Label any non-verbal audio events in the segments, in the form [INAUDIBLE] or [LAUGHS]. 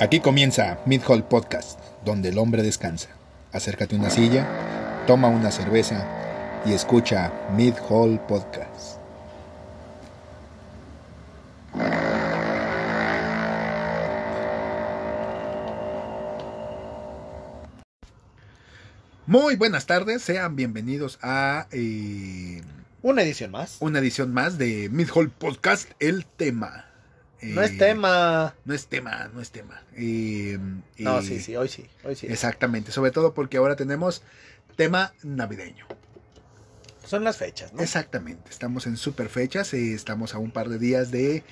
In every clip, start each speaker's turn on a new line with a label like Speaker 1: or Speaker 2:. Speaker 1: Aquí comienza Mid Hall Podcast, donde el hombre descansa. Acércate a una silla, toma una cerveza y escucha Mid Hall Podcast. Muy buenas tardes, sean bienvenidos a eh,
Speaker 2: Una edición más.
Speaker 1: una edición más de Mid Hall Podcast, el tema. Eh,
Speaker 2: No es tema.
Speaker 1: No es tema, no es tema. Eh,
Speaker 2: No,
Speaker 1: eh,
Speaker 2: sí, sí, hoy sí, hoy sí.
Speaker 1: Exactamente, sobre todo porque ahora tenemos tema navideño.
Speaker 2: Son las fechas, ¿no?
Speaker 1: Exactamente, estamos en super fechas, eh, estamos a un par de días de,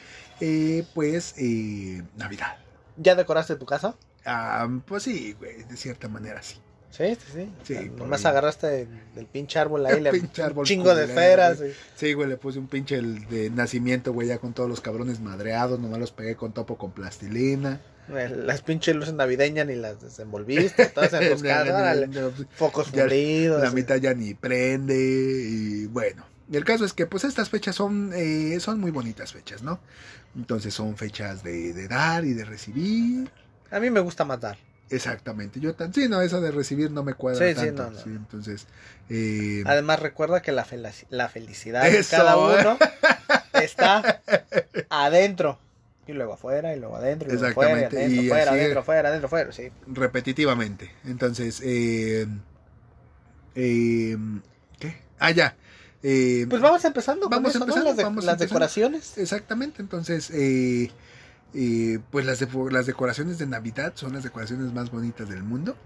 Speaker 1: eh, pues, eh, Navidad.
Speaker 2: ¿Ya decoraste tu casa?
Speaker 1: Ah, pues sí, güey, de cierta manera sí.
Speaker 2: Sí, sí, sí.
Speaker 1: Sí,
Speaker 2: O sea,
Speaker 1: por
Speaker 2: nomás
Speaker 1: ahí.
Speaker 2: agarraste el, el pinche árbol ahí,
Speaker 1: El
Speaker 2: le-
Speaker 1: pinche árbol
Speaker 2: un chingo de
Speaker 1: culero,
Speaker 2: feras.
Speaker 1: güey.
Speaker 2: y-
Speaker 1: Sí, güey, le puse un pinche el de nacimiento, güey, ya con todos los cabrones madreados, nomás los pegué con topo con plastilina.
Speaker 2: eh, Las pinches luces navideñas ni las desenvolviste, [LAUGHS] todas enroscadas, órale, focos
Speaker 1: Ya,
Speaker 2: fundidos.
Speaker 1: La
Speaker 2: y-
Speaker 1: mitad ya ni prende y bueno. El caso es que pues estas fechas son, eh, son muy bonitas fechas, ¿no? Entonces son fechas de, de dar y de recibir.
Speaker 2: A mí me gusta matar.
Speaker 1: Exactamente, yo tan... Sí, no, eso de recibir no me cuadra
Speaker 2: Sí, sí,
Speaker 1: tanto.
Speaker 2: no, no.
Speaker 1: sí, entonces... eh,
Speaker 2: Además, recuerda que la, felaci- la felicidad de
Speaker 1: Eso,
Speaker 2: cada
Speaker 1: eh.
Speaker 2: [LAUGHS] uno está adentro. Y luego afuera, y luego adentro, y luego afuera, y
Speaker 1: Exactamente,
Speaker 2: adentro,
Speaker 1: y
Speaker 2: afuera,
Speaker 1: así es.
Speaker 2: adentro, afuera, adentro, afuera, sí.
Speaker 1: repetitivamente. Entonces, eh, eh, ¿qué? Ah, ya. Eh,
Speaker 2: Pues vamos empezando con
Speaker 1: Vamos
Speaker 2: eso, ¿no?
Speaker 1: empezando,
Speaker 2: Las, de-
Speaker 1: vamos
Speaker 2: las
Speaker 1: empezando.
Speaker 2: decoraciones.
Speaker 1: Exactamente, entonces, eh, eh, pues las, depo- las decoraciones de Navidad son las decoraciones más bonitas del mundo.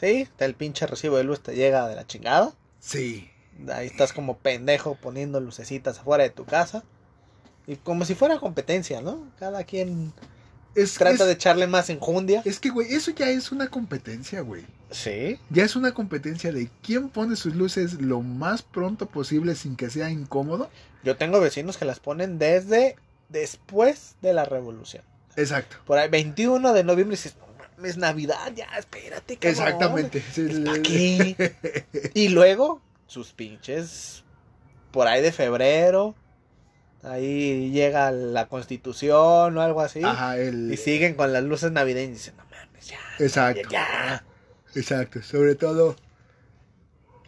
Speaker 2: Sí, el pinche recibo de luz te llega de la chingada.
Speaker 1: Sí.
Speaker 2: Ahí estás como pendejo poniendo lucecitas afuera de tu casa. Y como si fuera competencia, ¿no? Cada quien
Speaker 1: Es,
Speaker 2: trata
Speaker 1: es-
Speaker 2: de echarle más enjundia.
Speaker 1: es que, güey, eso ya es una competencia, güey.
Speaker 2: Sí.
Speaker 1: Ya es una competencia de quién pone sus luces lo más pronto posible sin que sea incómodo.
Speaker 2: Yo tengo vecinos que las ponen desde después de la revolución.
Speaker 1: Exacto.
Speaker 2: Por ahí, 21 de noviembre, dices, "No mames, es Navidad, ya, espérate, cabrón".
Speaker 1: Exactamente.
Speaker 2: Es pa' aquí. y luego, sus pinches. Por ahí de febrero. Ahí llega la constitución o algo así.
Speaker 1: Ajá, el...
Speaker 2: Y siguen con las luces navideñas. Dicen, no mames, ya.
Speaker 1: Exacto.
Speaker 2: Ya.
Speaker 1: Exacto, sobre todo.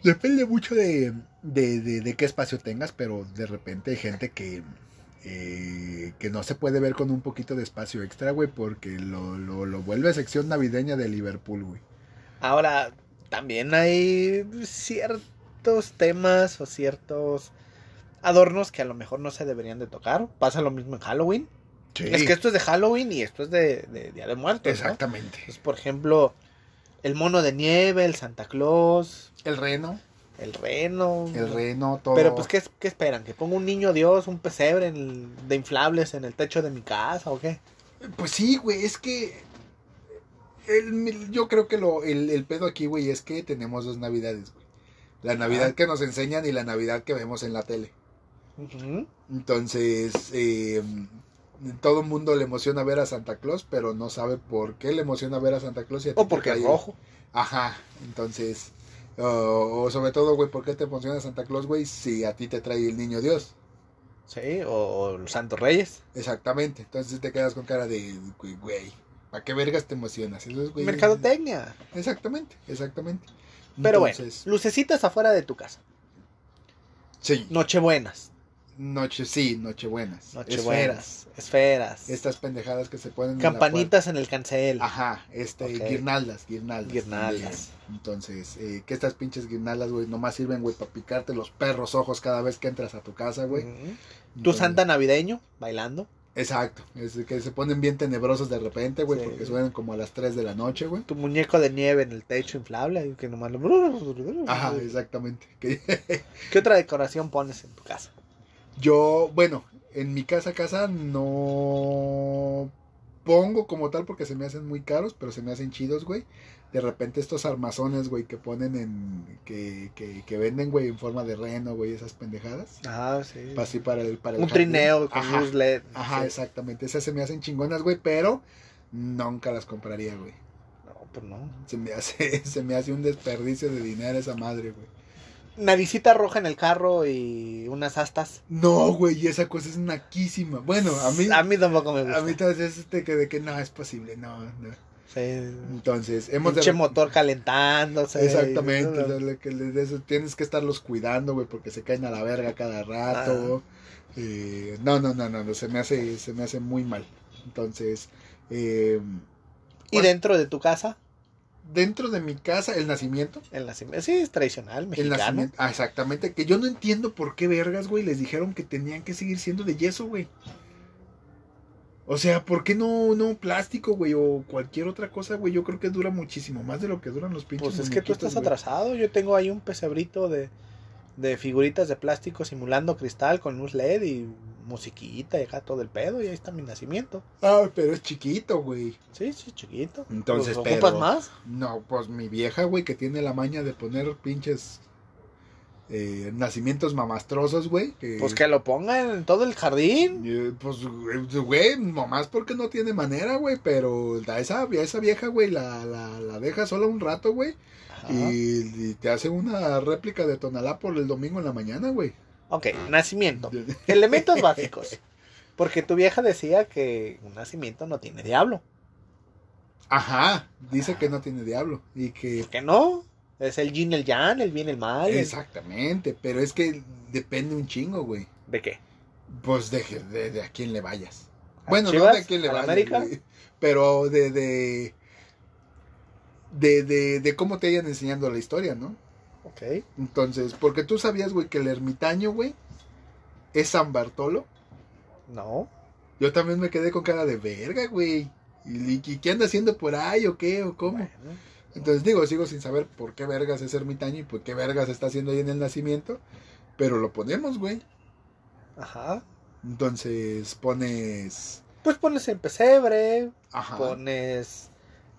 Speaker 1: Depende mucho de, de, de- de qué espacio tengas, pero de repente hay gente que, eh, que no se puede ver con un poquito de espacio extra, güey, porque lo, lo, lo vuelve sección navideña de Liverpool, güey.
Speaker 2: Ahora, también hay ciertos temas o ciertos adornos que a lo mejor no se deberían de tocar. Pasa lo mismo en Halloween. Es que esto es de Halloween y esto es de, de Día de Muertos. ¿no?
Speaker 1: Exactamente.
Speaker 2: Entonces, Pues, por ejemplo, el mono de nieve, el Santa Claus,
Speaker 1: El reno,
Speaker 2: el reno.
Speaker 1: el reno, todo.
Speaker 2: Pero pues, ¿qué, es- qué esperan? ¿Que ponga un niño Dios, un pesebre en el- de inflables en el techo de mi casa o qué?
Speaker 1: Pues sí, güey, es que. el- yo creo que lo, el, el pedo aquí, güey, es que tenemos dos navidades, güey. La Navidad que nos enseñan y la Navidad que vemos en la tele.
Speaker 2: Ujú.
Speaker 1: Entonces, eh, todo el mundo le emociona ver a Santa Claus, pero no sabe por qué le emociona ver a Santa Claus. Y a ti
Speaker 2: O
Speaker 1: te
Speaker 2: porque
Speaker 1: cae-
Speaker 2: es rojo.
Speaker 1: Ajá, entonces, o- o sobre todo, güey, ¿por qué te emociona Santa Claus, güey, si a ti te trae el niño Dios?
Speaker 2: Sí, o, o los Santos Reyes.
Speaker 1: Exactamente, entonces te quedas con cara de, güey, güey, ¿para qué vergas te emocionas? Eso es, güey,
Speaker 2: Mercadotecnia.
Speaker 1: Exactamente, exactamente.
Speaker 2: Pero
Speaker 1: Entonces,
Speaker 2: bueno, lucecitas afuera de tu casa.
Speaker 1: Sí,
Speaker 2: Nochebuenas.
Speaker 1: noche, sí, nochebuenas. esferas,
Speaker 2: Nochebuenas. Esferas.
Speaker 1: Estas pendejadas que se ponen en la puerta.
Speaker 2: Campanitas en el cancel.
Speaker 1: Ajá, este,
Speaker 2: Ok.
Speaker 1: guirnaldas, guirnaldas.
Speaker 2: Guirnaldas.
Speaker 1: también. Entonces, eh, que estas pinches guirnaldas, güey, nomás sirven, güey, para picarte los perros ojos cada vez que entras a tu casa, güey.
Speaker 2: Ujú. Tu
Speaker 1: Entonces,
Speaker 2: santa navideño bailando.
Speaker 1: Exacto, es que se ponen bien tenebrosos de repente, güey,
Speaker 2: Sí.
Speaker 1: porque suenan como a las 3 de la noche, güey.
Speaker 2: Tu muñeco de nieve en el techo inflable. y Que nomás lo...
Speaker 1: Ajá, exactamente. Que-
Speaker 2: ¿Qué otra decoración pones en tu casa?
Speaker 1: Yo, bueno, en mi casa, casa, no pongo como tal porque se me hacen muy caros, pero se me hacen chidos, güey. De repente estos armazones, güey, que ponen en, que, que, que venden, güey, en forma de reno, güey, esas pendejadas.
Speaker 2: Ah, sí.
Speaker 1: Pa- Así para el, para el
Speaker 2: Un
Speaker 1: jardín.
Speaker 2: trineo con
Speaker 1: Ajá,
Speaker 2: luz LED.
Speaker 1: ajá,
Speaker 2: Sí.
Speaker 1: exactamente. Esas se me hacen chingonas, güey, pero nunca las compraría, güey.
Speaker 2: No, pues no.
Speaker 1: [LAUGHS] Se me hace, se me hace un desperdicio de dinero esa madre, güey.
Speaker 2: naricita roja en el carro y unas astas.
Speaker 1: No, güey, esa cosa es naquísima. Bueno, a mí.
Speaker 2: A mí tampoco me gusta.
Speaker 1: A mí tal vez este que de que no es posible, no, no.
Speaker 2: Sí.
Speaker 1: Entonces, hemos
Speaker 2: Pinche motor calentándose.
Speaker 1: Exactamente,
Speaker 2: Y-
Speaker 1: lo- lo que les- de eso tienes que estarlos cuidando, güey, porque se caen a la verga cada rato.
Speaker 2: Ah.
Speaker 1: Eh, no, no, no, no, no, se me hace, se me hace muy mal. Entonces, eh,
Speaker 2: Y dentro de tu casa,
Speaker 1: dentro de mi casa, el nacimiento,
Speaker 2: en la cima- Sí, es tradicional,
Speaker 1: el
Speaker 2: mexicano.
Speaker 1: nacimiento, ah, exactamente, que yo no entiendo por qué vergas, güey, les dijeron que tenían que seguir siendo de yeso, güey. O sea, ¿por qué no, no plástico, güey, o cualquier otra cosa, güey? Yo creo que dura muchísimo más de lo que duran los pinches.
Speaker 2: Pues es que tú
Speaker 1: muñequitos,
Speaker 2: estás
Speaker 1: güey.
Speaker 2: atrasado. Yo tengo ahí un pesebrito de, de figuritas de plástico simulando cristal con luz LED y musiquita y acá todo el pedo. Y ahí está mi nacimiento.
Speaker 1: Ah, pero es chiquito, güey.
Speaker 2: Sí, sí, chiquito.
Speaker 1: Entonces,
Speaker 2: Pues, ¿Ocupas
Speaker 1: pero-
Speaker 2: más?
Speaker 1: No, pues mi vieja, güey, que tiene la maña de poner pinches eh, nacimientos mamastrosos, güey. que-
Speaker 2: Pues que lo pongan en todo el jardín.
Speaker 1: Eh, Pues, güey, nomás porque no tiene manera, güey, pero a esa, a esa vieja, güey, la, la, la deja sola un rato, güey,
Speaker 2: Ajá.
Speaker 1: y, y te hace una réplica de Tonalá por el domingo en la mañana, güey.
Speaker 2: Ok,
Speaker 1: [LAUGHS]
Speaker 2: nacimiento. Elementos básicos. Porque tu vieja decía que un nacimiento no tiene diablo.
Speaker 1: Ajá, dice que no tiene diablo y que...
Speaker 2: ¿Por qué no? Es el yin, el yang, el bien, el mal. el-
Speaker 1: Exactamente, pero es que depende un chingo, güey.
Speaker 2: ¿De qué?
Speaker 1: Pues de, de, de a quién le vayas.
Speaker 2: ¿A
Speaker 1: Bueno, no
Speaker 2: Chivas?
Speaker 1: de a quién le
Speaker 2: ¿A la
Speaker 1: vayas.
Speaker 2: América?
Speaker 1: [LAUGHS] güey, Pero de de, de, de. de cómo te hayan enseñando la historia, ¿no?
Speaker 2: Ok.
Speaker 1: Entonces, porque tú sabías, güey, que el ermitaño, güey, es San Bartolo.
Speaker 2: No.
Speaker 1: Yo también me quedé con cara de verga, güey. ¿Y, y qué anda haciendo por ahí o qué o cómo?
Speaker 2: Bueno.
Speaker 1: Entonces digo, sigo sin saber por qué vergas es ermitaño y por qué vergas está haciendo ahí en el nacimiento. Pero lo ponemos, güey.
Speaker 2: Ajá.
Speaker 1: Entonces pones...
Speaker 2: Pues pones el pesebre,
Speaker 1: Ajá.
Speaker 2: pones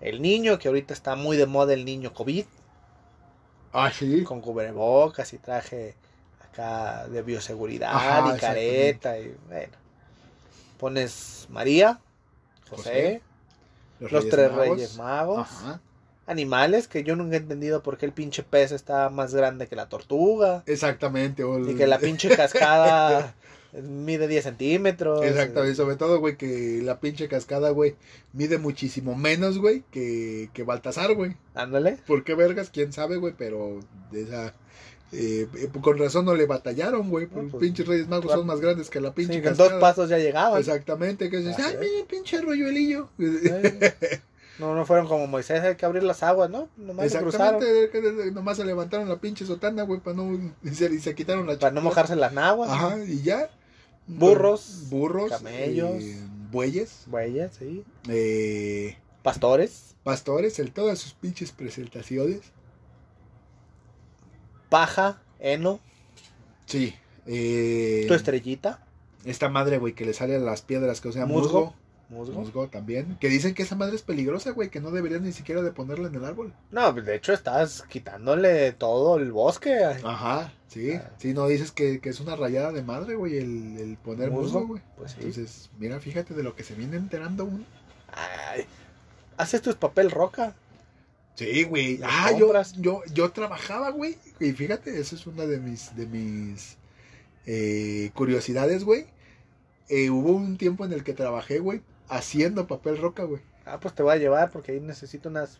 Speaker 2: el niño, que ahorita está muy de moda el niño COVID,
Speaker 1: Ah, sí.
Speaker 2: con cubrebocas y traje acá de bioseguridad
Speaker 1: Ajá,
Speaker 2: y careta y bueno. Pones María, José,
Speaker 1: José,
Speaker 2: los, tres
Speaker 1: Magos.
Speaker 2: Reyes Magos,
Speaker 1: Ajá.
Speaker 2: animales que yo nunca he entendido por qué el pinche pez está más grande que la tortuga
Speaker 1: Exactamente. o el-
Speaker 2: y que la pinche
Speaker 1: [LAUGHS]
Speaker 2: cascada mide 10 centímetros.
Speaker 1: Exactamente, sobre todo, güey, que la pinche cascada, güey, mide muchísimo menos, güey, que, que Baltasar, güey.
Speaker 2: Ándale.
Speaker 1: ¿Por qué vergas? ¿Quién sabe, güey? Pero de esa... eh, eh, con razón no le batallaron, güey.
Speaker 2: No,
Speaker 1: los
Speaker 2: pues,
Speaker 1: pinches Reyes Magos son más grandes que la pinche
Speaker 2: Sí, con
Speaker 1: cascada.
Speaker 2: dos pasos Ah, ya llegaban.
Speaker 1: Exactamente, que dices,
Speaker 2: Así
Speaker 1: ay,
Speaker 2: es.
Speaker 1: mira,
Speaker 2: [LAUGHS]
Speaker 1: pinche rolluelillo.
Speaker 2: Sí. No, no fueron como Moisés, hay que abrir las aguas, ¿no? Nomás se cruzaron.
Speaker 1: [LAUGHS] Exactamente, que- que- nomás se levantaron la pinche sotana, güey, para no... Y se, y se quitaron la
Speaker 2: Para no
Speaker 1: chaqueta.
Speaker 2: mojarse las naguas.
Speaker 1: Ajá, y ya.
Speaker 2: Burros,
Speaker 1: Burros.
Speaker 2: camellos.
Speaker 1: eh, bueyes.
Speaker 2: Bueyes, sí.
Speaker 1: Eh...
Speaker 2: Pastores.
Speaker 1: pastores en todas sus pinches presentaciones.
Speaker 2: Paja, heno,
Speaker 1: Sí. eh,
Speaker 2: tu estrellita,
Speaker 1: esta madre, güey, que le sale a las piedras, que o sea, musgo.
Speaker 2: Musgo.
Speaker 1: Musgo,
Speaker 2: musgo.
Speaker 1: también. Que dicen que esa madre es peligrosa, güey, que no deberías ni siquiera de ponerla en el árbol.
Speaker 2: No, pues, de hecho estás quitándole todo el bosque.
Speaker 1: Ajá, sí.
Speaker 2: Ah.
Speaker 1: Sí, no dices que, que es una rayada de madre, güey, el, el poner musgo,
Speaker 2: Musgo,
Speaker 1: güey.
Speaker 2: Pues sí.
Speaker 1: Entonces, mira, fíjate de lo que se viene enterando uno.
Speaker 2: Ay, haces tus papel roca.
Speaker 1: Sí, güey.
Speaker 2: Las
Speaker 1: Ah, yo,
Speaker 2: compras.
Speaker 1: yo, yo trabajaba, güey. Y fíjate, eso es una de mis, de mis eh, curiosidades, güey. Eh, hubo un tiempo en el que trabajé, güey, haciendo papel roca, güey.
Speaker 2: Ah, pues te voy a llevar porque ahí necesito unas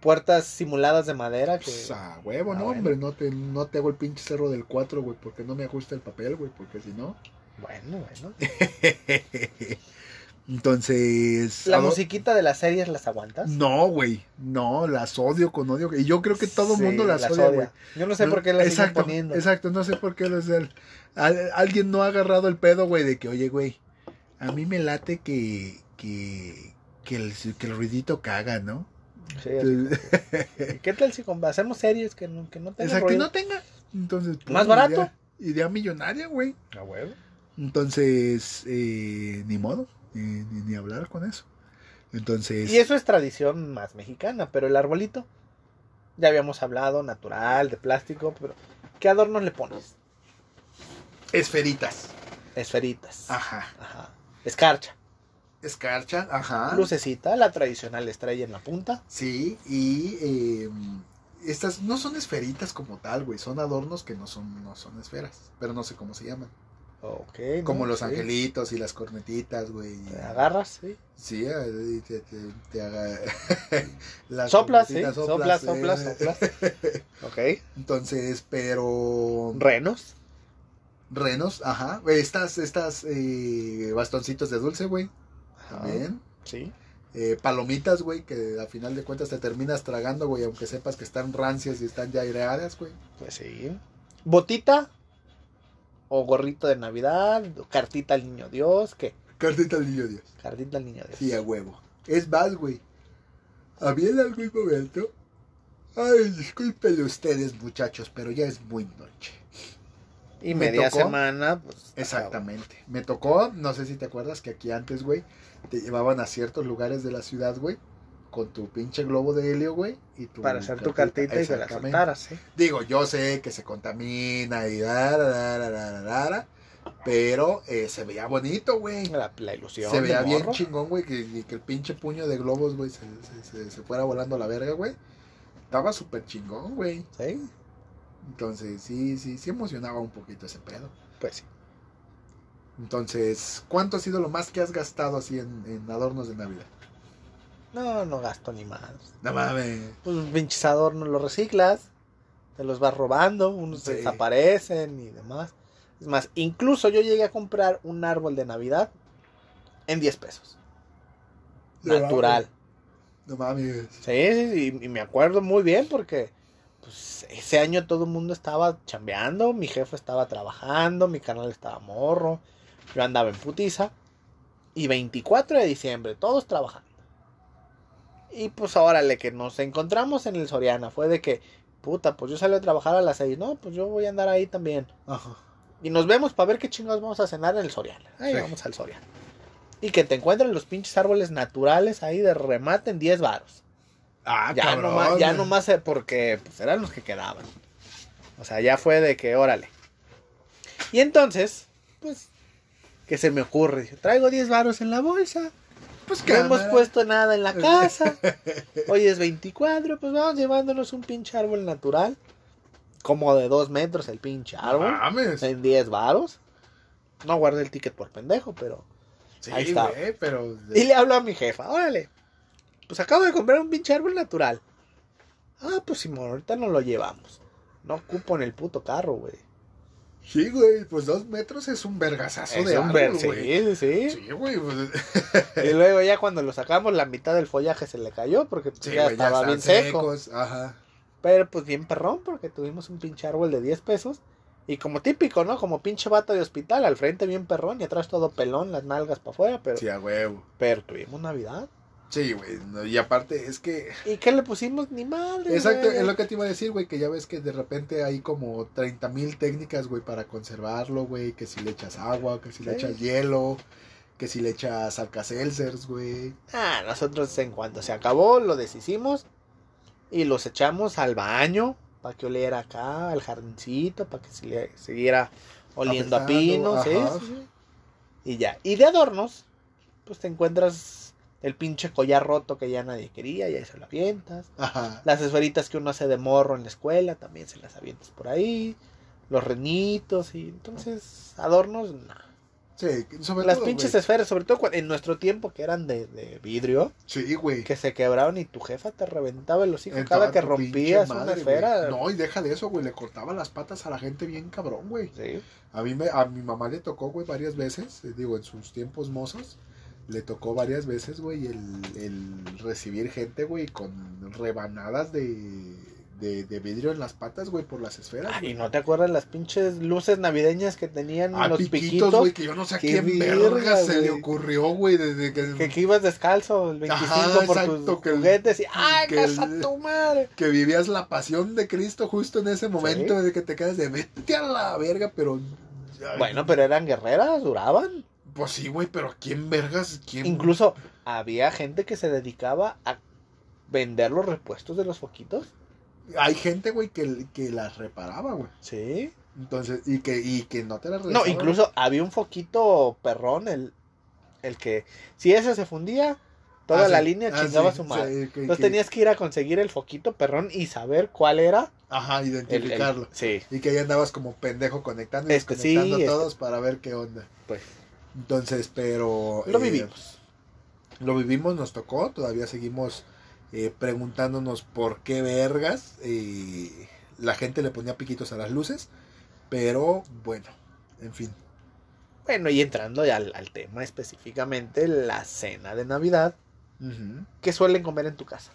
Speaker 2: puertas simuladas de madera que...
Speaker 1: Pues, a huevo,
Speaker 2: Ah,
Speaker 1: no,
Speaker 2: bueno.
Speaker 1: hombre, no te, no te hago el pinche cerro del 4, güey, porque no me ajusta el papel, güey, porque si no.
Speaker 2: Bueno, bueno.
Speaker 1: [LAUGHS] Entonces.
Speaker 2: La
Speaker 1: ¿a dó-
Speaker 2: musiquita de las series las aguantas.
Speaker 1: No, güey. No, las odio con odio. Y yo creo que todo el
Speaker 2: Sí,
Speaker 1: mundo las, odia, güey.
Speaker 2: Yo no sé por qué las siguen
Speaker 1: exacto,
Speaker 2: poniendo.
Speaker 1: Exacto, no sé por qué las del- al- alguien no ha agarrado el pedo, güey, de que, oye, güey, a mí me late que, que, que, el, que el ruidito caga, ¿no?
Speaker 2: Sí, así ¿Y ¿Qué tal si con- hacemos series que no, que no tengan
Speaker 1: exacto, que
Speaker 2: ruido?
Speaker 1: no tenga. Entonces, pues,
Speaker 2: ¿Más barato?
Speaker 1: Idea, idea millonaria, güey.
Speaker 2: A huevo.
Speaker 1: Entonces, eh, ni modo, eh, ni, ni hablar con eso. Entonces,
Speaker 2: Y eso es tradición más mexicana, pero el arbolito, ya habíamos hablado, natural, de plástico, pero ¿qué adornos le pones?
Speaker 1: esferitas.
Speaker 2: Esferitas.
Speaker 1: Ajá.
Speaker 2: Ajá. Escarcha.
Speaker 1: Escarcha, ajá.
Speaker 2: Lucecita, la tradicional estrella en la punta.
Speaker 1: Sí, y eh, Estas no son esferitas como tal, güey. Son adornos que no son, no son esferas. Pero no sé cómo se llaman.
Speaker 2: Ok.
Speaker 1: Como
Speaker 2: no,
Speaker 1: los
Speaker 2: sí.
Speaker 1: angelitos y las cornetitas, güey. y-
Speaker 2: Te Agarras, sí.
Speaker 1: Sí, ahí te, te, te haga- [LAUGHS] las
Speaker 2: Soplas, sí.
Speaker 1: cornetitas,
Speaker 2: Soplas, soplas,
Speaker 1: eh.
Speaker 2: soplas.
Speaker 1: [LAUGHS]
Speaker 2: Ok.
Speaker 1: Entonces, pero...
Speaker 2: Renos.
Speaker 1: Renos, ajá. Estas, estas eh, bastoncitos de dulce, güey. También.
Speaker 2: Sí.
Speaker 1: Eh, palomitas, güey, que a final de cuentas te terminas tragando, güey, aunque sepas que están rancias y están ya aireadas, güey.
Speaker 2: Pues sí. Botita. O gorrito de Navidad. o Cartita al niño Dios. ¿Qué?
Speaker 1: Cartita al niño Dios.
Speaker 2: Cartita al niño Dios.
Speaker 1: Sí, a huevo. Es más, güey. Había en algún momento. Ay, discúlpenlo ustedes, muchachos, pero ya es muy noche.
Speaker 2: Y
Speaker 1: Me
Speaker 2: media
Speaker 1: tocó.
Speaker 2: semana, pues.
Speaker 1: Exactamente. Me tocó, no sé si te acuerdas que aquí antes, güey, te llevaban a ciertos lugares de la ciudad, güey, con tu pinche globo de helio, güey, y tu
Speaker 2: Para hacer tu cartita y que la
Speaker 1: Exactamente.
Speaker 2: soltaras, ¿eh?
Speaker 1: Digo, yo sé que se contamina y da, da, da, da, da, da, da, da, pero eh, se veía bonito, güey.
Speaker 2: La, la ilusión.
Speaker 1: Se
Speaker 2: de
Speaker 1: veía bien
Speaker 2: morro.
Speaker 1: chingón, güey, que, que el pinche puño de globos, güey, se, se- se- se fuera volando a la verga, güey. Estaba súper chingón, güey.
Speaker 2: Sí.
Speaker 1: Entonces, sí, sí, sí emocionaba un poquito ese pedo.
Speaker 2: Pues sí.
Speaker 1: Entonces, ¿cuánto ha sido lo más que has gastado así en, en adornos de Navidad?
Speaker 2: No, no gasto ni más.
Speaker 1: No mames.
Speaker 2: Pues pinches adornos los reciclas. Te los vas robando. Unos
Speaker 1: Sí.
Speaker 2: desaparecen y demás. Es más, incluso yo llegué a comprar un árbol de Navidad en 10 pesos. Natural.
Speaker 1: No mames.
Speaker 2: Sí, sí, sí, y, y me acuerdo muy bien porque pues, ese año todo el mundo estaba chambeando, mi jefe estaba trabajando, mi canal estaba morro, yo andaba en putiza. Y 24 de diciembre, todos trabajando. Y pues órale, que nos encontramos en el Soriana, fue de que, puta, pues yo salí a trabajar a las 6, no, pues yo voy a andar ahí también.
Speaker 1: Ajá.
Speaker 2: Y nos vemos para ver qué chingados vamos a cenar en el Soriana. Ahí
Speaker 1: Sí.
Speaker 2: vamos al Soriana. Y que te encuentren los pinches árboles naturales ahí de remate en 10 varos
Speaker 1: Ah,
Speaker 2: ya
Speaker 1: cabrón.
Speaker 2: nomás, ya
Speaker 1: güey.
Speaker 2: nomás eh, porque pues, eran los que quedaban. O sea, ya fue de que, órale. Y entonces, pues, ¿qué se me ocurre? Dije, traigo 10 varos en la bolsa.
Speaker 1: Pues
Speaker 2: No hemos
Speaker 1: cámara.
Speaker 2: puesto nada en la casa.
Speaker 1: [LAUGHS]
Speaker 2: Hoy es 24, pues vamos llevándonos un pinche árbol natural. Como de 2 metros el pinche
Speaker 1: No
Speaker 2: árbol.
Speaker 1: mames.
Speaker 2: En 10 varos. No guardé el ticket por pendejo, pero...
Speaker 1: Sí,
Speaker 2: ahí está.
Speaker 1: güey, pero.
Speaker 2: Y le hablo a mi jefa, órale. Pues acabo de comprar un pinche árbol natural. Ah, pues Simón, ahorita no lo llevamos. No cupo en el puto carro, güey.
Speaker 1: Sí, güey, pues dos metros es un vergazazo de
Speaker 2: Es un
Speaker 1: árbol,
Speaker 2: ver-
Speaker 1: güey.
Speaker 2: sí, sí, sí.
Speaker 1: Sí, güey, pues,
Speaker 2: Y luego ya cuando lo sacamos, la mitad del follaje se le cayó porque pues,
Speaker 1: sí,
Speaker 2: ya
Speaker 1: güey, ya
Speaker 2: estaba
Speaker 1: están
Speaker 2: bien seco.
Speaker 1: secos, ajá.
Speaker 2: Pero pues bien perrón porque tuvimos un pinche árbol de 10 pesos. Y como típico, ¿no? Como pinche vato de hospital, al frente bien perrón y atrás todo pelón, las nalgas para afuera, pero,
Speaker 1: Sí, a huevo.
Speaker 2: pero tuvimos Navidad.
Speaker 1: Sí, güey, no, y aparte es que
Speaker 2: ¿Y qué le pusimos? Ni madre.
Speaker 1: Exacto,
Speaker 2: güey.
Speaker 1: es lo que te iba a decir, güey, que ya ves que de repente hay como 30 mil técnicas, güey, para conservarlo, güey, que si le echas agua, que si le
Speaker 2: Sí.
Speaker 1: echas hielo, que si le echas alcacelcers, güey.
Speaker 2: Ah, nosotros en cuanto se acabó lo deshicimos y los echamos al baño para que oliera acá, al jardincito, para que se le- siguiera oliendo a
Speaker 1: Apestando,
Speaker 2: pinos, ¿sí?
Speaker 1: ajá.
Speaker 2: Sí, sí. Y ya. Y de adornos, pues te encuentras el pinche collar roto que ya nadie quería y ahí se lo avientas.
Speaker 1: Ajá.
Speaker 2: Las esferitas que uno hace de morro en la escuela también se las avientas por ahí. Los renitos y entonces adornos, no.
Speaker 1: Sí, sobre
Speaker 2: Las
Speaker 1: todo,
Speaker 2: pinches
Speaker 1: güey.
Speaker 2: esferas, sobre todo cua- en nuestro tiempo que eran de, de vidrio
Speaker 1: Sí, güey.
Speaker 2: que se quebraron y tu jefa te reventaba el hocico
Speaker 1: En
Speaker 2: cada
Speaker 1: toda
Speaker 2: que
Speaker 1: tu pinche
Speaker 2: rompías
Speaker 1: madre,
Speaker 2: una
Speaker 1: güey.
Speaker 2: esfera.
Speaker 1: No, y deja de eso, güey, le cortaba las patas a la gente bien cabrón, güey.
Speaker 2: Sí.
Speaker 1: A mí me, a mi mamá le tocó, güey, varias veces, eh, digo, en sus tiempos mozos, le tocó varias veces, güey, el, el recibir gente, güey, con rebanadas de, de, de vidrio en las patas, güey, por las esferas.
Speaker 2: Ah,
Speaker 1: güey.
Speaker 2: y no te acuerdas las pinches luces navideñas que tenían
Speaker 1: A
Speaker 2: los
Speaker 1: Ah, piquitos,
Speaker 2: piquitos,
Speaker 1: güey, que yo no sé a
Speaker 2: Qué
Speaker 1: quién
Speaker 2: verga,
Speaker 1: verga se le
Speaker 2: güey.
Speaker 1: ocurrió, güey, desde que,
Speaker 2: que,
Speaker 1: que,
Speaker 2: que ibas descalzo el 25
Speaker 1: Ajá,
Speaker 2: por
Speaker 1: exacto,
Speaker 2: tus
Speaker 1: que el-
Speaker 2: juguetes y ¡ay,
Speaker 1: que
Speaker 2: casa
Speaker 1: el-
Speaker 2: tu madre!
Speaker 1: vivías la pasión de Cristo justo en ese momento, de que te quedas de vete a la verga, pero... ay,
Speaker 2: Bueno, pero eran guerreras, duraban.
Speaker 1: Pues sí, güey, pero ¿quién vergas? ¿Quién?
Speaker 2: Incluso había gente que se dedicaba a vender los repuestos de los foquitos.
Speaker 1: Hay gente, güey, que, que las reparaba, güey.
Speaker 2: Sí.
Speaker 1: Entonces, y que, y que no te la
Speaker 2: No,
Speaker 1: regresaban.
Speaker 2: incluso había un foquito perrón, el, el que si ese se fundía, Toda
Speaker 1: Ah,
Speaker 2: la
Speaker 1: sí.
Speaker 2: línea
Speaker 1: Ah,
Speaker 2: chingaba
Speaker 1: sí,
Speaker 2: su madre.
Speaker 1: sí, que-
Speaker 2: Entonces
Speaker 1: que-
Speaker 2: tenías que ir a conseguir el foquito perrón y saber cuál era
Speaker 1: Ajá,
Speaker 2: el- el-
Speaker 1: identificarlo.
Speaker 2: sí.
Speaker 1: Y que ahí andabas como pendejo conectando y
Speaker 2: Este, sí,
Speaker 1: desconectando
Speaker 2: este.
Speaker 1: todos para ver qué onda.
Speaker 2: Pues.
Speaker 1: Entonces, pero...
Speaker 2: Lo
Speaker 1: eh,
Speaker 2: vivimos.
Speaker 1: Lo vivimos, nos tocó, todavía seguimos eh, preguntándonos por qué vergas eh, la gente le ponía piquitos a las luces, pero bueno, en fin.
Speaker 2: Bueno, y entrando ya al, al tema específicamente, la cena de Navidad que suelen comer en tu casa.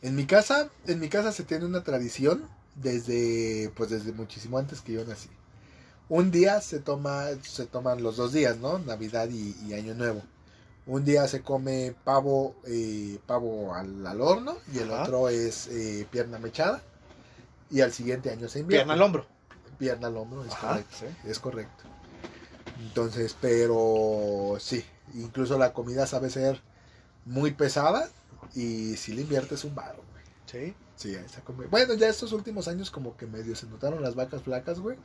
Speaker 1: En mi casa, en mi casa se tiene una tradición desde, pues desde muchísimo antes que yo nací. Un día se toma, se toman los dos días, ¿no? Navidad y, y Año Nuevo. Un día se come pavo, eh, pavo al, al horno y el
Speaker 2: Ajá.
Speaker 1: otro es eh, pierna mechada. Y al siguiente año se invierte.
Speaker 2: Pierna al hombro.
Speaker 1: Pierna al hombro, es
Speaker 2: Ajá,
Speaker 1: correcto.
Speaker 2: sí.
Speaker 1: Es correcto. Entonces, pero sí, incluso la comida sabe ser muy pesada y si le inviertes un varo, güey.
Speaker 2: Sí.
Speaker 1: Sí, a esa comida. Bueno, ya estos últimos años como que medio se notaron las vacas flacas, güey.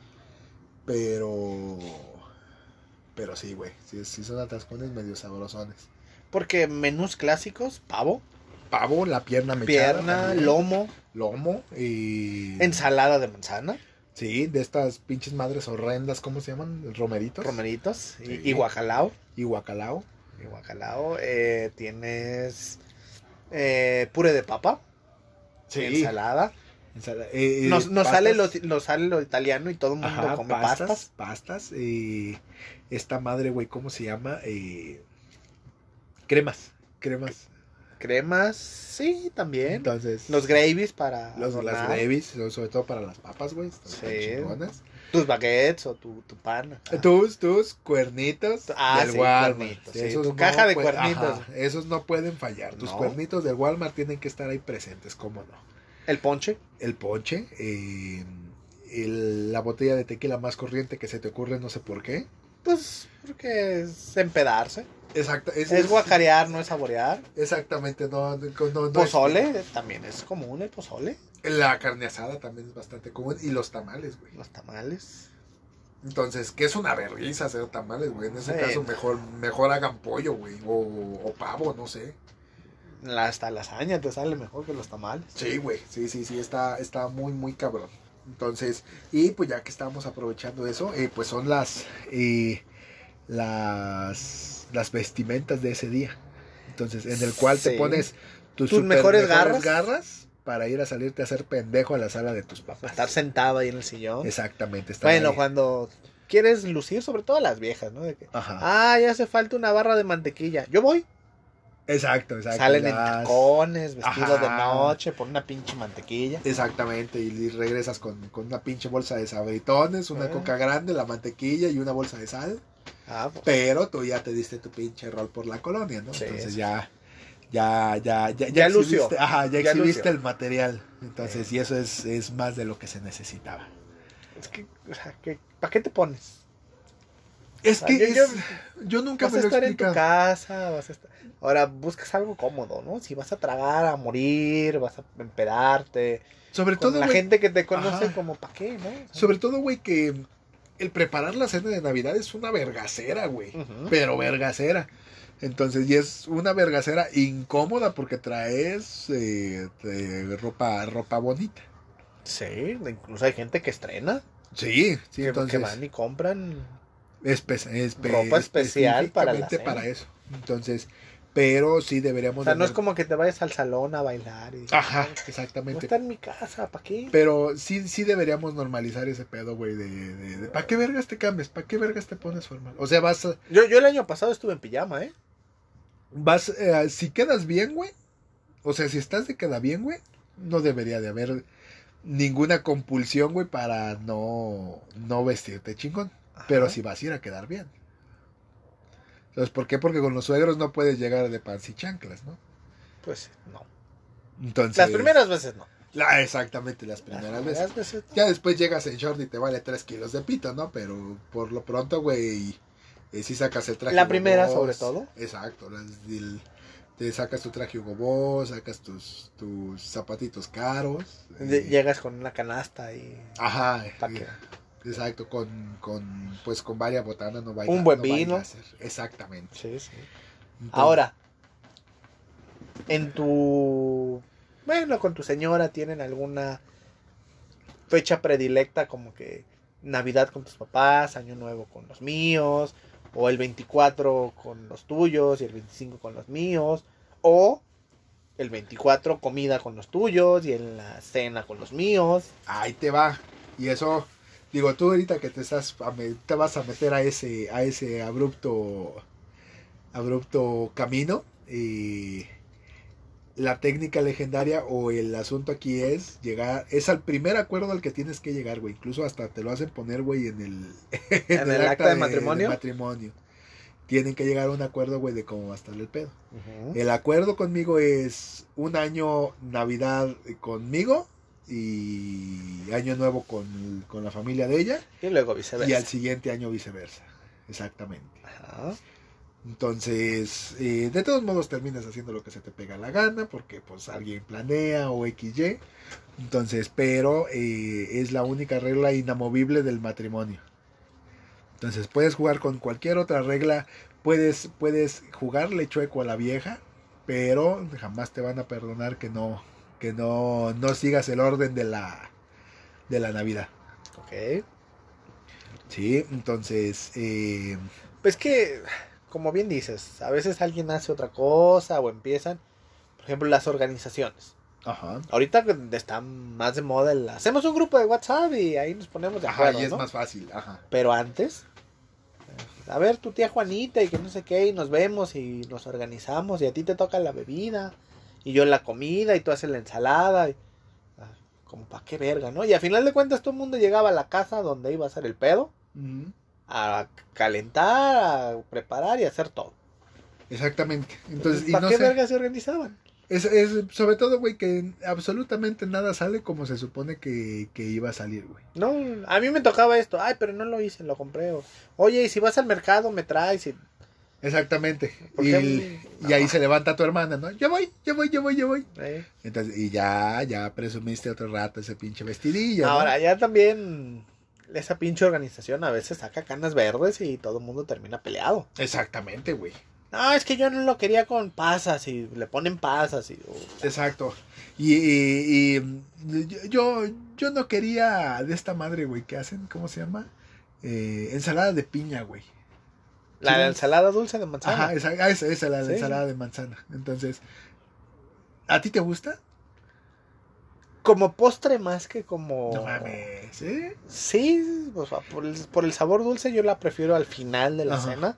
Speaker 1: Pero... Pero sí, güey. Sí, sí son atascones medio sabrosones.
Speaker 2: Porque menús clásicos, pavo,
Speaker 1: Pavo, la pierna mechada.
Speaker 2: pierna,
Speaker 1: también,
Speaker 2: lomo,
Speaker 1: Lomo y...
Speaker 2: ensalada de manzana,
Speaker 1: Sí, de estas pinches madres horrendas, ¿cómo se llaman? Romeritos.
Speaker 2: romeritos y-
Speaker 1: Sí.
Speaker 2: y guacalao.
Speaker 1: y guacalao.
Speaker 2: Y guacalao, eh, tienes eh, puré de papa, ensalada.
Speaker 1: Ensala- eh, eh,
Speaker 2: Nos, nos
Speaker 1: pastas.
Speaker 2: sale lo, nos sale lo italiano y todo el mundo
Speaker 1: Ajá,
Speaker 2: come
Speaker 1: pastas.
Speaker 2: pastas.
Speaker 1: Pastas. eh, esta madre, güey, ¿cómo se llama? Eh, cremas. Cremas.
Speaker 2: Cremas, sí, también.
Speaker 1: Entonces,
Speaker 2: Los gravies para
Speaker 1: los, las
Speaker 2: adornar.
Speaker 1: gravies, so- sobre todo para las papas, güey. están
Speaker 2: Sí.
Speaker 1: chingonas.
Speaker 2: Tus baguettes o tu, tu pan. acá.
Speaker 1: Tus, tus cuernitos
Speaker 2: Ah,
Speaker 1: del
Speaker 2: sí,
Speaker 1: Walmart.
Speaker 2: cuernitos,
Speaker 1: Sí,
Speaker 2: sí,
Speaker 1: esos
Speaker 2: tu caja de
Speaker 1: pue-
Speaker 2: cuernitos.
Speaker 1: ajá, esos no pueden fallar. Tus
Speaker 2: No.
Speaker 1: cuernitos del Walmart tienen que estar ahí presentes, cómo no.
Speaker 2: El ponche.
Speaker 1: el ponche, eh, el- la botella de tequila más corriente que se te ocurre, no sé por qué.
Speaker 2: Pues porque es empedarse.
Speaker 1: Exacto,
Speaker 2: Es, guacarear, no es
Speaker 1: Pues,
Speaker 2: saborear.
Speaker 1: Exactamente, no, no, no- no-
Speaker 2: Pozole, también es común el pozole.
Speaker 1: La carne asada también es bastante común y los tamales, güey.
Speaker 2: Los tamales.
Speaker 1: Entonces, que es una vergüenza hacer tamales, güey. En ese
Speaker 2: Sí.
Speaker 1: caso, mejor, mejor hagan pollo, güey, o, o pavo, no sé.
Speaker 2: la- Hasta lasaña te sale mejor que los tamales.
Speaker 1: Sí, güey, sí, sí, sí, está, está muy, muy cabrón. Entonces, y pues ya que estábamos aprovechando eso, eh, pues son las, eh, las, las vestimentas de ese día. Entonces, en el cual te
Speaker 2: Sí.
Speaker 1: pones
Speaker 2: Tus
Speaker 1: tus, super
Speaker 2: mejores garras.
Speaker 1: para ir a salirte a hacer pendejo a la sala de tus papás.
Speaker 2: Estar sentado ahí en el sillón.
Speaker 1: Exactamente, está
Speaker 2: Bueno,
Speaker 1: ahí.
Speaker 2: cuando quieres lucir, sobre todo a las viejas, ¿no? De que,
Speaker 1: Ajá.
Speaker 2: ah, ya hace falta una barra de mantequilla. Yo voy.
Speaker 1: Exacto, exacto.
Speaker 2: Salen en
Speaker 1: ya-
Speaker 2: tacones, vestidos de
Speaker 1: Ajá.
Speaker 2: noche, por una pinche mantequilla.
Speaker 1: Exactamente, y y regresas con, con una pinche bolsa de sabritones, una
Speaker 2: Ah.
Speaker 1: coca grande, la mantequilla y una bolsa de sal.
Speaker 2: Ah, pues,
Speaker 1: Pero tú ya te diste tu pinche rol por la colonia, ¿no?
Speaker 2: Sí.
Speaker 1: Entonces ya, ya, ya, ya,
Speaker 2: Ya lució.
Speaker 1: exhibiste- ajá, ya,
Speaker 2: Ya
Speaker 1: exhibiste
Speaker 2: lució. Eh.
Speaker 1: el material. Entonces, y eso es, es más de lo que se necesitaba.
Speaker 2: es que, o sea, que- ¿para qué te pones?
Speaker 1: Es
Speaker 2: sea,
Speaker 1: que
Speaker 2: yo-
Speaker 1: es- Ah, yo,
Speaker 2: yo-
Speaker 1: nunca
Speaker 2: Vas
Speaker 1: me
Speaker 2: a
Speaker 1: lo
Speaker 2: estar en tu
Speaker 1: explican.
Speaker 2: casa, vas a estar... Ahora buscas algo cómodo, ¿no? Si vas a tragar, a morir, vas a empedarte.
Speaker 1: Sobre
Speaker 2: Con
Speaker 1: todo,
Speaker 2: la
Speaker 1: güey,
Speaker 2: gente que te conoce
Speaker 1: Ajá.
Speaker 2: como, ¿para qué, no? O sea,
Speaker 1: sobre todo, güey, que el preparar la cena de Navidad es una vergacera, güey.
Speaker 2: ujú.
Speaker 1: Pero vergacera. Entonces, y es una vergacera incómoda porque traes eh, eh, ropa, ropa bonita.
Speaker 2: Sí, incluso hay gente que estrena,
Speaker 1: Sí, sí,
Speaker 2: que,
Speaker 1: entonces.
Speaker 2: que van y compran.
Speaker 1: Espe- espe-
Speaker 2: Ropa especial para la
Speaker 1: específicamente
Speaker 2: cena.
Speaker 1: para eso. Entonces, pero sí
Speaker 2: O
Speaker 1: deberíamos.
Speaker 2: sea,
Speaker 1: de Ah,
Speaker 2: no es
Speaker 1: mar-
Speaker 2: como que te vayas al salón a bailar. Y...
Speaker 1: Ajá,
Speaker 2: No
Speaker 1: exactamente.
Speaker 2: está en mi casa, ¿para qué?
Speaker 1: Pero sí, sí deberíamos normalizar ese pedo, güey, de, ¿Para qué vergas te cambias? ¿Para qué vergas te pones formal? O sea, vas, a-
Speaker 2: Yo, yo el año pasado estuve en pijama, ¿eh?
Speaker 1: vas, eh, si quedas bien, güey, o sea, si estás de queda bien, güey, no debería de haber ninguna compulsión, güey, para no, no vestirte chingón. Pero si vas a ir a quedar bien. Entonces, ¿por qué? Porque con los suegros no puedes llegar de pants y chanclas, ¿no?
Speaker 2: Pues no.
Speaker 1: Entonces,
Speaker 2: Las primeras Ah, veces no.
Speaker 1: la- exactamente, las
Speaker 2: Las
Speaker 1: primeras veces.
Speaker 2: primeras veces no.
Speaker 1: Ya después llegas en short y te vale 3 kilos de pito, ¿no? Pero por lo pronto, güey, eh, sí sacas el traje.
Speaker 2: La
Speaker 1: Hugo
Speaker 2: primera,
Speaker 1: Boss.
Speaker 2: sobre todo.
Speaker 1: Exacto. las- el- te sacas tu traje Hugo Boss, sacas tus, tus zapatitos caros. eh,
Speaker 2: De- Llegas con una canasta y.
Speaker 1: Ajá.
Speaker 2: ¿Para
Speaker 1: eh,
Speaker 2: qué?
Speaker 1: Exacto, con, con, pues con varias botanas no vaya
Speaker 2: Un buen
Speaker 1: no vaya a
Speaker 2: vino.
Speaker 1: ser. Exactamente.
Speaker 2: Sí, sí.
Speaker 1: Entonces,
Speaker 2: Ahora, en tu... Bueno, con tu señora tienen alguna fecha predilecta como que Navidad con tus papás, Año Nuevo con los míos, o el 24 con los tuyos y el 25 con los míos, o el 24 comida con los tuyos y en la cena con los míos.
Speaker 1: Ahí te va. Y eso, digo, tú ahorita que te estás a me- te vas a meter a ese a ese abrupto abrupto camino y la técnica legendaria o el asunto aquí es llegar es al primer acuerdo al que tienes que llegar, güey. Incluso hasta te lo hacen poner, güey, en el
Speaker 2: ¿En el acta de matrimonio?
Speaker 1: matrimonio. Tienen que llegar a un acuerdo, güey, de cómo va a estar el pedo. El acuerdo conmigo es un año Navidad conmigo y año nuevo con, con la familia de ella
Speaker 2: Y luego
Speaker 1: y al
Speaker 2: viceversa.
Speaker 1: siguiente año viceversa. Exactamente.
Speaker 2: Ajá.
Speaker 1: Entonces, eh, de todos modos terminas haciendo lo que se te pega la gana porque pues alguien planea o XY. Entonces, pero eh, es la única regla inamovible del matrimonio. Entonces, puedes jugar con cualquier otra regla, puedes, puedes jugarle chueco a la vieja, pero jamás te van a perdonar que no, que no, no sigas el orden de la, de la Navidad.
Speaker 2: Ok.
Speaker 1: Sí, entonces, eh,
Speaker 2: Pues que, como bien dices, a veces alguien hace otra cosa o empiezan, por ejemplo, las organizaciones.
Speaker 1: ajá.
Speaker 2: Ahorita que está más de moda el hacemos un grupo de WhatsApp y ahí nos ponemos de
Speaker 1: Ajá,
Speaker 2: acuerdo,
Speaker 1: y es
Speaker 2: ¿no?
Speaker 1: más fácil, ajá.
Speaker 2: Pero antes, eh, a ver, tu tía Juanita y que no sé qué, y nos vemos y nos organizamos y a ti te toca la bebida y yo la comida y tú haces la ensalada. y- ah, como pa' qué verga, ¿no? Y a final de cuentas todo el mundo llegaba a la casa donde iba a hacer el pedo,
Speaker 1: Ujú.
Speaker 2: a calentar, a preparar y a hacer todo.
Speaker 1: Exactamente. Entonces, y
Speaker 2: ¿Para
Speaker 1: no
Speaker 2: Pues, qué
Speaker 1: sé,
Speaker 2: verga se organizaban?
Speaker 1: es, es sobre todo, güey, que absolutamente nada sale como se supone que, que iba a salir, güey.
Speaker 2: No, a mí me tocaba esto. Ay, pero no lo hice, lo compré. o, Oye, y si vas al mercado me traes. y-
Speaker 1: Exactamente.
Speaker 2: ¿Por
Speaker 1: Y,
Speaker 2: qué?
Speaker 1: y ahí se levanta tu hermana, ¿no? Yo voy, yo voy, yo voy, yo voy.
Speaker 2: Eh.
Speaker 1: Entonces, y ya, ya presumiste otro rato ese pinche vestidillo. ¿no?
Speaker 2: Ahora, ya también esa pinche organización a veces saca canas verdes y todo el mundo termina peleado.
Speaker 1: Exactamente, güey.
Speaker 2: No, es que yo no lo quería con pasas y le ponen pasas y... uh,
Speaker 1: Exacto. Y, y- y, mm, yo- yo, yo no quería de esta madre, güey, que hacen, ¿cómo se llama? Eh, ensalada de piña, güey.
Speaker 2: la
Speaker 1: Sí.
Speaker 2: ensalada dulce de manzana.
Speaker 1: Ajá, esa, ah, esa, esa, la de
Speaker 2: Sí.
Speaker 1: ensalada de manzana. Entonces, ¿a ti te gusta?
Speaker 2: Como postre más que como...
Speaker 1: No mames, ¿eh?
Speaker 2: Sí, o sea, por el, por el sabor dulce yo la prefiero al final de la
Speaker 1: Ajá.
Speaker 2: cena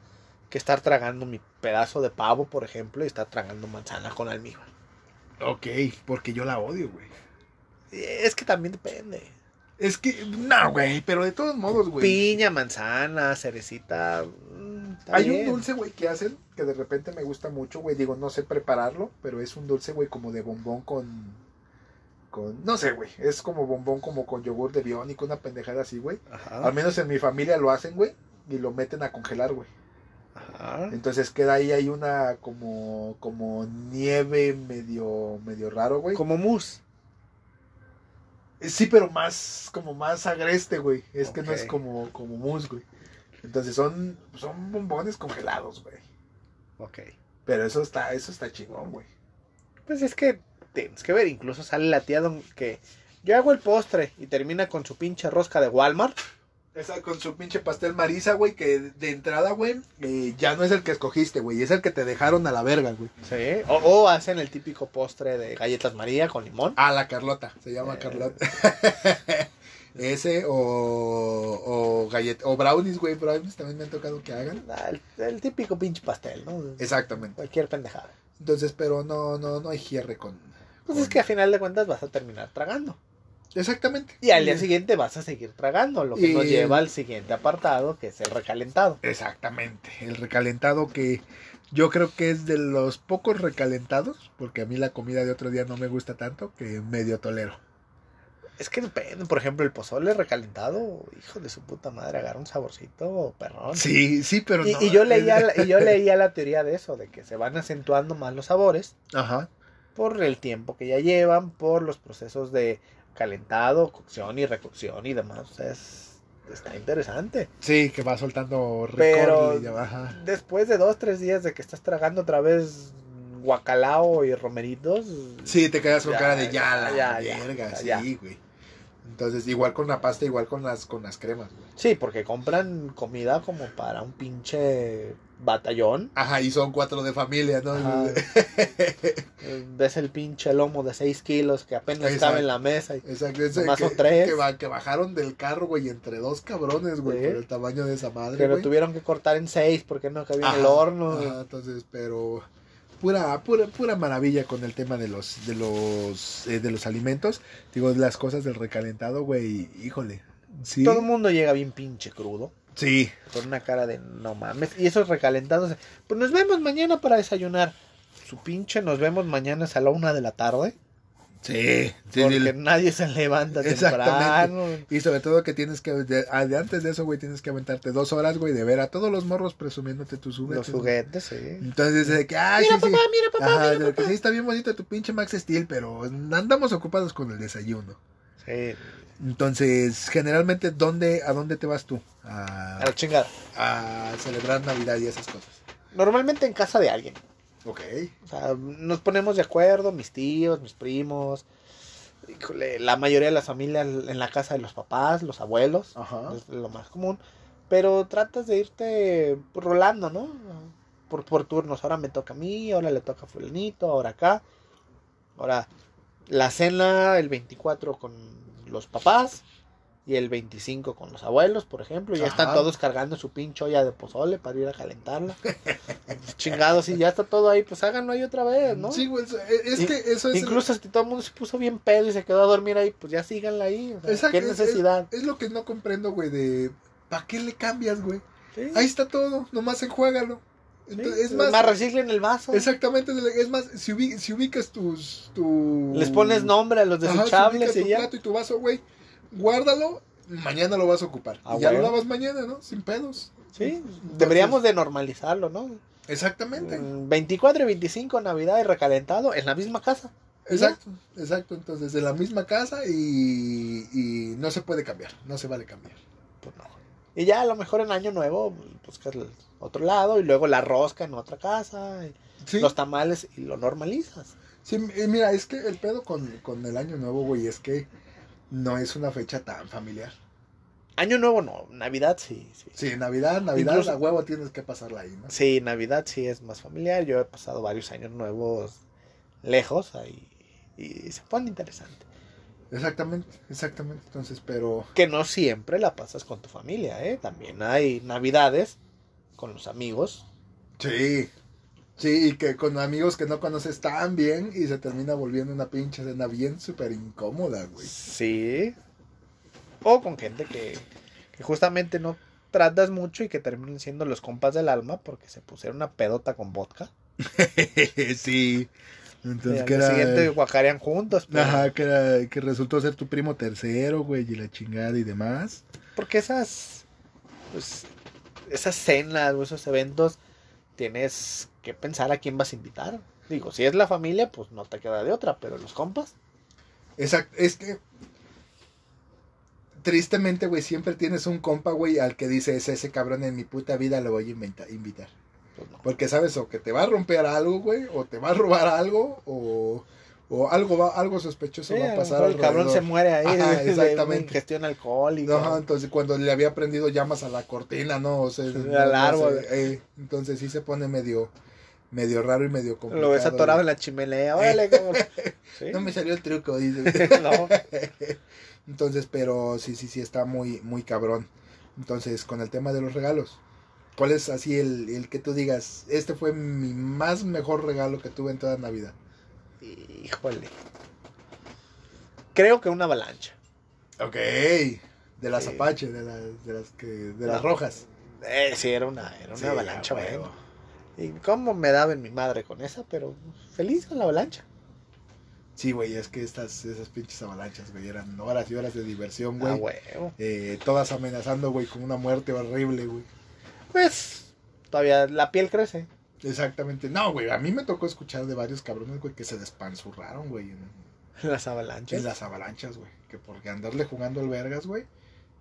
Speaker 2: que estar tragando mi pedazo de pavo, por ejemplo, y estar tragando manzana con almíbar.
Speaker 1: Ok, porque yo la odio, güey.
Speaker 2: Es que también depende.
Speaker 1: Es que, no, güey, pero de todos modos, güey.
Speaker 2: Piña, manzana, cerecita. mm, está
Speaker 1: Hay un
Speaker 2: bien.
Speaker 1: dulce, güey, que hacen que de repente me gusta mucho, güey. Digo, no sé prepararlo, pero es un dulce, güey, como de bombón con... con no sé, güey. Es como bombón como con yogur de biónico, una pendejada así, güey.
Speaker 2: Ajá.
Speaker 1: Al menos en mi familia lo hacen, güey. Y lo meten a congelar, güey.
Speaker 2: Ajá.
Speaker 1: Entonces queda ahí, hay una como, como nieve medio, medio raro, güey.
Speaker 2: Como mousse.
Speaker 1: Sí, pero más, como más agreste, güey. Es que no es
Speaker 2: Ok.
Speaker 1: como, como mousse, güey. Entonces son, son bombones congelados, güey.
Speaker 2: Ok.
Speaker 1: Pero eso está, eso está chingón, güey.
Speaker 2: Pues es que tienes que ver, incluso sale la tía don- que yo hago el postre y termina con su pinche rosca de Walmart.
Speaker 1: Esa con su pinche pastel Marisa, güey, que de entrada, güey, eh, ya no es el que escogiste, güey. Es el que te dejaron a la verga, güey.
Speaker 2: Sí. O, o hacen el típico postre de galletas María con limón.
Speaker 1: Ah, la Carlota, se llama
Speaker 2: Eh.
Speaker 1: Carlota. [LAUGHS] Ese o, o gallet- o brownies, güey, brownies también me han tocado que hagan.
Speaker 2: Ah, El, el típico pinche pastel, ¿no?
Speaker 1: Exactamente.
Speaker 2: Cualquier pendejada.
Speaker 1: Entonces, pero no, no, no hay cierre con.
Speaker 2: Pues es que a final de cuentas vas a terminar tragando.
Speaker 1: Exactamente.
Speaker 2: Y al día siguiente vas a seguir tragando, lo que nos
Speaker 1: Y-
Speaker 2: lleva al siguiente apartado, que es el recalentado.
Speaker 1: Exactamente. El recalentado que yo creo que es de los pocos recalentados, porque a mí la comida de otro día no me gusta tanto, que medio tolero.
Speaker 2: Es que depende, por ejemplo, el pozole recalentado, hijo de su puta madre, agarra un saborcito perrón.
Speaker 1: Sí, sí, pero
Speaker 2: Y,
Speaker 1: no.
Speaker 2: y yo leía, la- [LAUGHS] y yo leía la teoría de eso, de que se van acentuando más los sabores
Speaker 1: Ajá.
Speaker 2: por el tiempo que ya llevan, por los procesos de calentado, cocción y recocción y demás. O sea, es- está interesante.
Speaker 1: Sí, que va soltando
Speaker 2: Pero-
Speaker 1: recorle y ya va, ajá.
Speaker 2: Después de dos, tres días de que estás tragando otra vez guacalao y romeritos.
Speaker 1: Sí, te quedas con
Speaker 2: Ya,
Speaker 1: cara de ya,
Speaker 2: ya,
Speaker 1: la
Speaker 2: ya, ya,
Speaker 1: verga,
Speaker 2: ya,
Speaker 1: sí,
Speaker 2: ya.
Speaker 1: güey. Entonces, igual con la pasta, igual con las, con las cremas, güey.
Speaker 2: Sí, porque compran comida como para un pinche batallón.
Speaker 1: Ajá, y son cuatro de familia, ¿no?
Speaker 2: Ajá. Eh, [LAUGHS] Ves el pinche lomo de 6 kilos que apenas
Speaker 1: Exacto.
Speaker 2: cabe en la mesa. y-
Speaker 1: Exacto, ese
Speaker 2: Nomás
Speaker 1: que,
Speaker 2: son tres.
Speaker 1: Que, ba- que bajaron del carro, güey, entre dos cabrones, güey,
Speaker 2: Sí.
Speaker 1: por el tamaño de esa madre,
Speaker 2: Que lo
Speaker 1: güey.
Speaker 2: tuvieron que cortar en 6 porque no cabía en el
Speaker 1: Ajá,
Speaker 2: horno.
Speaker 1: ajá, entonces, pero pura, pura, pura maravilla con el tema de los, de los, eh, de los alimentos. Digo, las cosas del recalentado, güey, híjole. Sí,
Speaker 2: Todo el mundo llega bien pinche crudo.
Speaker 1: sí,
Speaker 2: Con una cara de no mames. Y eso recalentándose. Pues nos vemos mañana para desayunar. Su pinche nos vemos mañana es a la una de la tarde.
Speaker 1: sí, sí,
Speaker 2: porque
Speaker 1: sí.
Speaker 2: nadie se levanta
Speaker 1: [LAUGHS] Exactamente.
Speaker 2: temprano.
Speaker 1: Y sobre todo que tienes que, de, ah, de antes de eso, güey, tienes que aventarte dos horas, güey, de ver a todos los morros presumiéndote tus juguetes.
Speaker 2: Los
Speaker 1: güey.
Speaker 2: juguetes, sí.
Speaker 1: Entonces, de que, ay,
Speaker 2: mira
Speaker 1: sí, sí.
Speaker 2: papá, mira papá,
Speaker 1: Ajá,
Speaker 2: mira
Speaker 1: de que
Speaker 2: papá.
Speaker 1: sí está bien bonito tu pinche Max Steel, pero andamos ocupados con el desayuno.
Speaker 2: Sí,
Speaker 1: Entonces, generalmente, ¿dónde, ¿a dónde te vas tú?
Speaker 2: a
Speaker 1: A,
Speaker 2: la chingada.
Speaker 1: a celebrar Navidad y esas cosas.
Speaker 2: Normalmente en casa de alguien.
Speaker 1: Ok.
Speaker 2: O sea, nos ponemos de acuerdo, mis tíos, mis primos. Híjole, la mayoría de las familias en la casa de los papás, los abuelos.
Speaker 1: Ajá.
Speaker 2: Es lo más común. Pero tratas de irte pues, rolando, ¿no? Por, por turnos. Ahora me toca a mí, ahora le toca a fulanito, ahora acá. Ahora la cena el 24 con los papás y el 25 con los abuelos, por ejemplo. Ya están
Speaker 1: Ajá.
Speaker 2: todos cargando su pinche olla de pozole para ir a calentarla. [LAUGHS] Chingados, y ya está todo ahí. Pues háganlo ahí otra vez, ¿no?
Speaker 1: Sí, güey, eso- es
Speaker 2: Y-
Speaker 1: que eso es...
Speaker 2: Incluso si todo el mundo se puso bien pedo y se quedó a dormir ahí, pues ya síganla ahí. o sea, ¿Qué
Speaker 1: Exacto, es- es-
Speaker 2: necesidad?
Speaker 1: Es lo que no comprendo, güey, de... ¿Para qué le cambias, güey?
Speaker 2: Sí.
Speaker 1: Ahí está todo, nomás enjuágalo.
Speaker 2: Sí,
Speaker 1: Entonces, es
Speaker 2: más,
Speaker 1: más...
Speaker 2: reciclen el vaso.
Speaker 1: Exactamente, es más, si, ubi- si ubicas tus... Tu...
Speaker 2: Les pones nombre a los
Speaker 1: Mm. Ajá,
Speaker 2: desechables
Speaker 1: si
Speaker 2: y
Speaker 1: ubicas tu
Speaker 2: ya.
Speaker 1: plato y tu vaso, güey, guárdalo, mañana lo vas a ocupar.
Speaker 2: Ah,
Speaker 1: y ya lo
Speaker 2: güey.
Speaker 1: lavas mañana, ¿no? Sin pedos.
Speaker 2: Sí, pues, deberíamos de normalizarlo, ¿no?
Speaker 1: Exactamente.
Speaker 2: Mm, 24 y 25 Navidad y recalentado en la misma casa.
Speaker 1: Exacto, exacto. Entonces, de la misma casa y, y no se puede cambiar, no se vale cambiar.
Speaker 2: Pues no. Y ya a lo mejor en año nuevo pues, buscas el otro lado y luego la rosca en otra casa, y
Speaker 1: Sí,
Speaker 2: los tamales y lo normalizas.
Speaker 1: sí, y mira, es que el pedo con, con el año nuevo, güey, es que no es una fecha tan familiar.
Speaker 2: Año nuevo no, Navidad sí, sí.
Speaker 1: Sí, Navidad, Navidad,
Speaker 2: Incluso-
Speaker 1: la huevo tienes que pasarla ahí, ¿no?
Speaker 2: Sí, Navidad sí es más familiar. Yo he pasado varios años nuevos lejos ahí y se pone interesante.
Speaker 1: Exactamente, exactamente. Entonces, pero...
Speaker 2: que no siempre la pasas con tu familia, ¿eh? También hay navidades con los amigos.
Speaker 1: Sí. Sí, y que con amigos que no conoces tan bien y se termina volviendo una pinche cena bien súper incómoda,
Speaker 2: [LAUGHS]
Speaker 1: güey.
Speaker 2: Sí. O con gente que, que justamente no tratas mucho y que terminan siendo los compas del alma porque se pusieron una pedota con vodka.
Speaker 1: sí.
Speaker 2: Y
Speaker 1: Entonces,
Speaker 2: al
Speaker 1: ¿qué
Speaker 2: día
Speaker 1: era?
Speaker 2: siguiente guacarean juntos. pero-
Speaker 1: Ajá, que, era- que resultó ser tu primo tercero, güey, y la chingada y demás.
Speaker 2: Porque esas, pues, esas cenas o esos eventos tienes que pensar a quién vas a invitar. Digo, si es la familia, pues no te queda de otra, pero los compas.
Speaker 1: Exacto, es que tristemente, güey, siempre tienes un compa, güey, al que dices, ese cabrón en mi puta vida lo voy a inventa- invitar.
Speaker 2: Pues no.
Speaker 1: Porque sabes o que te va a romper algo, güey, o te va a robar algo, o, o algo, va, algo sospechoso
Speaker 2: Sí,
Speaker 1: va
Speaker 2: a
Speaker 1: a
Speaker 2: lo
Speaker 1: pasar.
Speaker 2: mejor el cabrón se
Speaker 1: alrededor.
Speaker 2: muere ahí [LAUGHS]
Speaker 1: Ajá,
Speaker 2: de- de
Speaker 1: exactamente.
Speaker 2: ingestión alcohólica.
Speaker 1: Ajá, entonces cuando le había prendido llamas a la cortina, ¿no?
Speaker 2: [LAUGHS]
Speaker 1: O sea, no- no
Speaker 2: al
Speaker 1: sé,
Speaker 2: árbol.
Speaker 1: eh, entonces sí se pone medio, medio raro y medio complicado.
Speaker 2: Lo ves atorado
Speaker 1: güey.
Speaker 2: en la chimenea. Órale,
Speaker 1: [LAUGHS]
Speaker 2: como... Sí.
Speaker 1: No me salió el truco, dice.
Speaker 2: [LAUGHS] No.
Speaker 1: Entonces, pero sí, sí, sí, está muy, muy cabrón. Entonces, con el tema de los regalos, ¿cuál es así el, el que tú digas, este fue mi más mejor regalo que tuve en toda Navidad?
Speaker 2: Híjole. Creo que una avalancha.
Speaker 1: Ok. De las
Speaker 2: Sí.
Speaker 1: Apache, de las, de las, que, de las
Speaker 2: No.
Speaker 1: rojas.
Speaker 2: Eh, sí, era una, era una
Speaker 1: Sí,
Speaker 2: avalancha,
Speaker 1: a huevo.
Speaker 2: bueno. Y cómo me daba en mi madre con esa, pero feliz con la avalancha.
Speaker 1: Sí, güey, es que estas, esas pinches avalanchas, güey, eran horas y horas de diversión,
Speaker 2: Ah,
Speaker 1: güey.
Speaker 2: huevo.
Speaker 1: Eh, todas amenazando, güey, con una muerte horrible, güey.
Speaker 2: Pues, todavía la piel crece.
Speaker 1: Exactamente. No, güey, a mí me tocó escuchar de varios cabrones, güey, que se despanzurraron, güey, en,
Speaker 2: Las avalanchas.
Speaker 1: En las avalanchas, güey. Que porque andarle jugando al vergas, güey.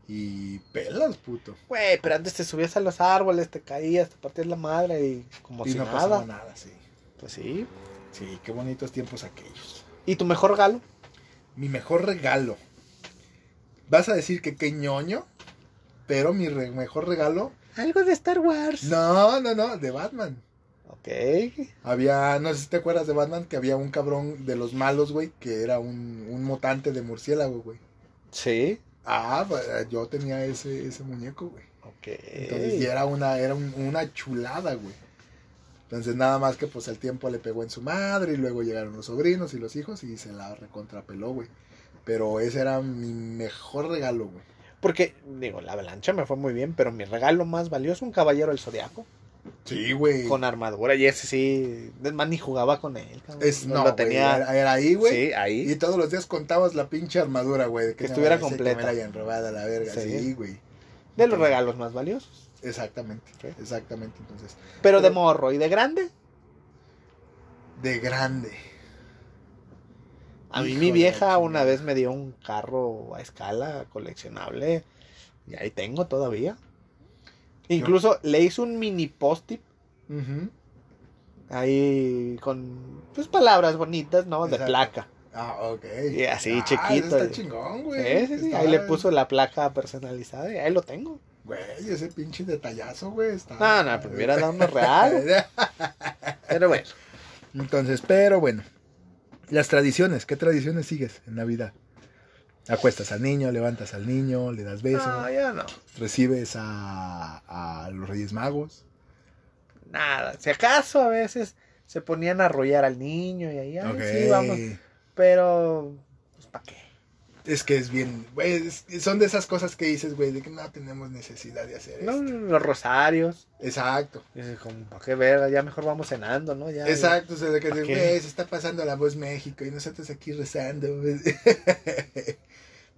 Speaker 1: Y pelas, puto.
Speaker 2: Güey, pero antes te subías a los árboles, te caías, te partías la madre y como
Speaker 1: y
Speaker 2: si
Speaker 1: no
Speaker 2: nada.
Speaker 1: pasaba nada, sí.
Speaker 2: Pues sí.
Speaker 1: Sí, qué bonitos tiempos aquellos.
Speaker 2: ¿Y tu mejor regalo?
Speaker 1: Mi mejor regalo. Vas a decir que qué ñoño, pero mi re- mejor regalo.
Speaker 2: Algo de Star Wars.
Speaker 1: No, no, no, de Batman.
Speaker 2: Ok.
Speaker 1: Había, no sé si te acuerdas de Batman, que había un cabrón de los malos, güey, que era un, un mutante de murciélago, güey.
Speaker 2: Sí.
Speaker 1: Ah, pues, yo tenía ese, ese muñeco, güey.
Speaker 2: Ok.
Speaker 1: Entonces, y era una, era un- una chulada, güey. Entonces, nada más que pues el tiempo le pegó en su madre y luego llegaron los sobrinos y los hijos y se la recontrapeló, güey. Pero ese era mi mejor regalo, güey.
Speaker 2: Porque, digo, la avalancha me fue muy bien, pero mi regalo más valioso, un caballero del zodiaco.
Speaker 1: Sí, güey.
Speaker 2: Con armadura, y ese sí. Es más, ni jugaba con él. cabrón.
Speaker 1: Es,
Speaker 2: Nos
Speaker 1: no,
Speaker 2: lo
Speaker 1: güey,
Speaker 2: tenía.
Speaker 1: era, era ahí, güey.
Speaker 2: sí, ahí.
Speaker 1: Y todos los días contabas la pinche armadura, güey. de
Speaker 2: Que
Speaker 1: no
Speaker 2: estuviera
Speaker 1: vaya a ser
Speaker 2: completa.
Speaker 1: Que me la hayan robado a la verga.
Speaker 2: Sí.
Speaker 1: Sí, güey.
Speaker 2: De los regalos más valiosos.
Speaker 1: Exactamente,
Speaker 2: Sí.
Speaker 1: exactamente. Entonces,
Speaker 2: Pero de
Speaker 1: Pero-
Speaker 2: morro y de grande.
Speaker 1: de grande.
Speaker 2: A mí
Speaker 1: Hijo de
Speaker 2: mi
Speaker 1: la
Speaker 2: vieja
Speaker 1: chingada.
Speaker 2: una vez me dio un carro a escala coleccionable. Y ahí tengo todavía. Incluso le hice un mini post-it
Speaker 1: Ujú.
Speaker 2: ahí con pues, palabras bonitas, ¿no? De
Speaker 1: Exacto.
Speaker 2: placa.
Speaker 1: Ah, ok.
Speaker 2: Y así,
Speaker 1: Ah,
Speaker 2: chiquito.
Speaker 1: ese Está
Speaker 2: y-
Speaker 1: chingón,
Speaker 2: Sí, sí,
Speaker 1: güey.
Speaker 2: sí,
Speaker 1: Está-
Speaker 2: ¿Eh? Ahí le puso la placa personalizada y ahí lo tengo.
Speaker 1: Güey, ese pinche detallazo, güey. Está... Eh,
Speaker 2: No, no, pues me hubiera dado uno
Speaker 1: [LAUGHS]
Speaker 2: real. Pero bueno.
Speaker 1: Entonces, pero bueno. Las tradiciones, ¿qué tradiciones sigues en Navidad? Acuestas al niño, levantas al niño, le das besos,
Speaker 2: No, ya no.
Speaker 1: recibes a, a los Reyes Magos.
Speaker 2: Nada. Si acaso a veces se ponían a arrollar al niño y ahí, ay,
Speaker 1: Ok.
Speaker 2: sí, vamos. Pero, pues, ¿para qué?
Speaker 1: Es que es bien, güey, es- son de esas cosas que dices, güey, de que no tenemos necesidad de hacer
Speaker 2: No,
Speaker 1: esto.
Speaker 2: los rosarios.
Speaker 1: Exacto,
Speaker 2: Dices, como, ¿para qué verga? Ya mejor vamos cenando, ¿no? Ya,
Speaker 1: exacto, o sea, de que
Speaker 2: ¿pa'
Speaker 1: dices,
Speaker 2: qué?
Speaker 1: güey, se está pasando la voz México y nosotros aquí rezando. [LAUGHS] güey.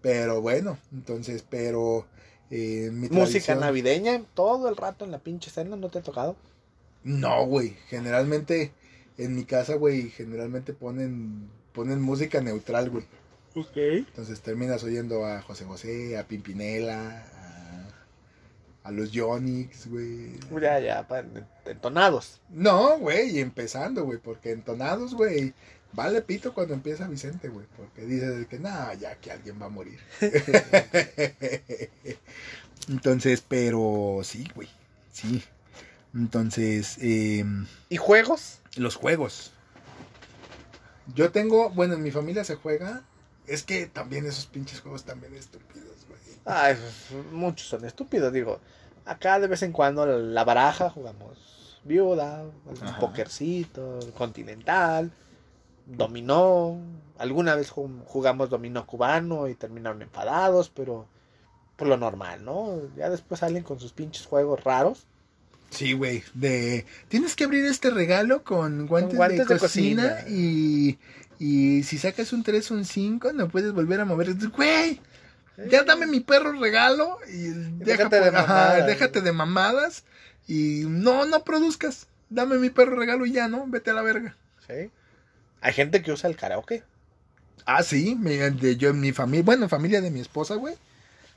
Speaker 1: pero bueno, entonces, pero... eh, mi
Speaker 2: Música
Speaker 1: tradición-
Speaker 2: navideña todo el rato en la pinche cena, ¿no te ha tocado?
Speaker 1: No, güey. Generalmente, en mi casa, güey, generalmente ponen, ponen música neutral, güey.
Speaker 2: Ok.
Speaker 1: Entonces terminas oyendo a José José, a Pimpinela, a, a los Yonix, güey.
Speaker 2: Ya, ya, pa- entonados.
Speaker 1: No, güey, y empezando, güey, porque entonados, güey, vale pito cuando empieza Vicente, güey, porque dice de que, nah, ya que alguien va a morir. Entonces, pero Oh, sí, güey, sí. Entonces, em,
Speaker 2: ¿Y juegos?
Speaker 1: los juegos. Yo tengo, bueno, en mi familia se juega. Es que también esos pinches juegos también estúpidos, güey.
Speaker 2: Ay, pues, muchos son estúpidos, digo. Acá de vez en cuando la baraja jugamos viuda, un
Speaker 1: Ajá.
Speaker 2: pokercito, continental, dominó. Alguna vez jug- jugamos dominó cubano y terminaron enfadados, pero por lo normal, ¿no? Ya después salen con sus pinches juegos raros.
Speaker 1: Sí, güey. De tienes que abrir este regalo con guantes,
Speaker 2: guantes
Speaker 1: de,
Speaker 2: de
Speaker 1: cocina,
Speaker 2: cocina.
Speaker 1: y y si sacas un 3 un 5 no puedes volver a mover. Güey, ya dame mi perro regalo y deja
Speaker 2: Déjate de
Speaker 1: por- ajá,
Speaker 2: mamadas.
Speaker 1: déjate de mamadas y no no produzcas. Dame mi perro regalo y ya, ¿no? Vete a la verga.
Speaker 2: Sí. Hay gente que usa el karaoke.
Speaker 1: Ah, sí, mi- de, yo en mi familia, bueno, familia de mi esposa, güey.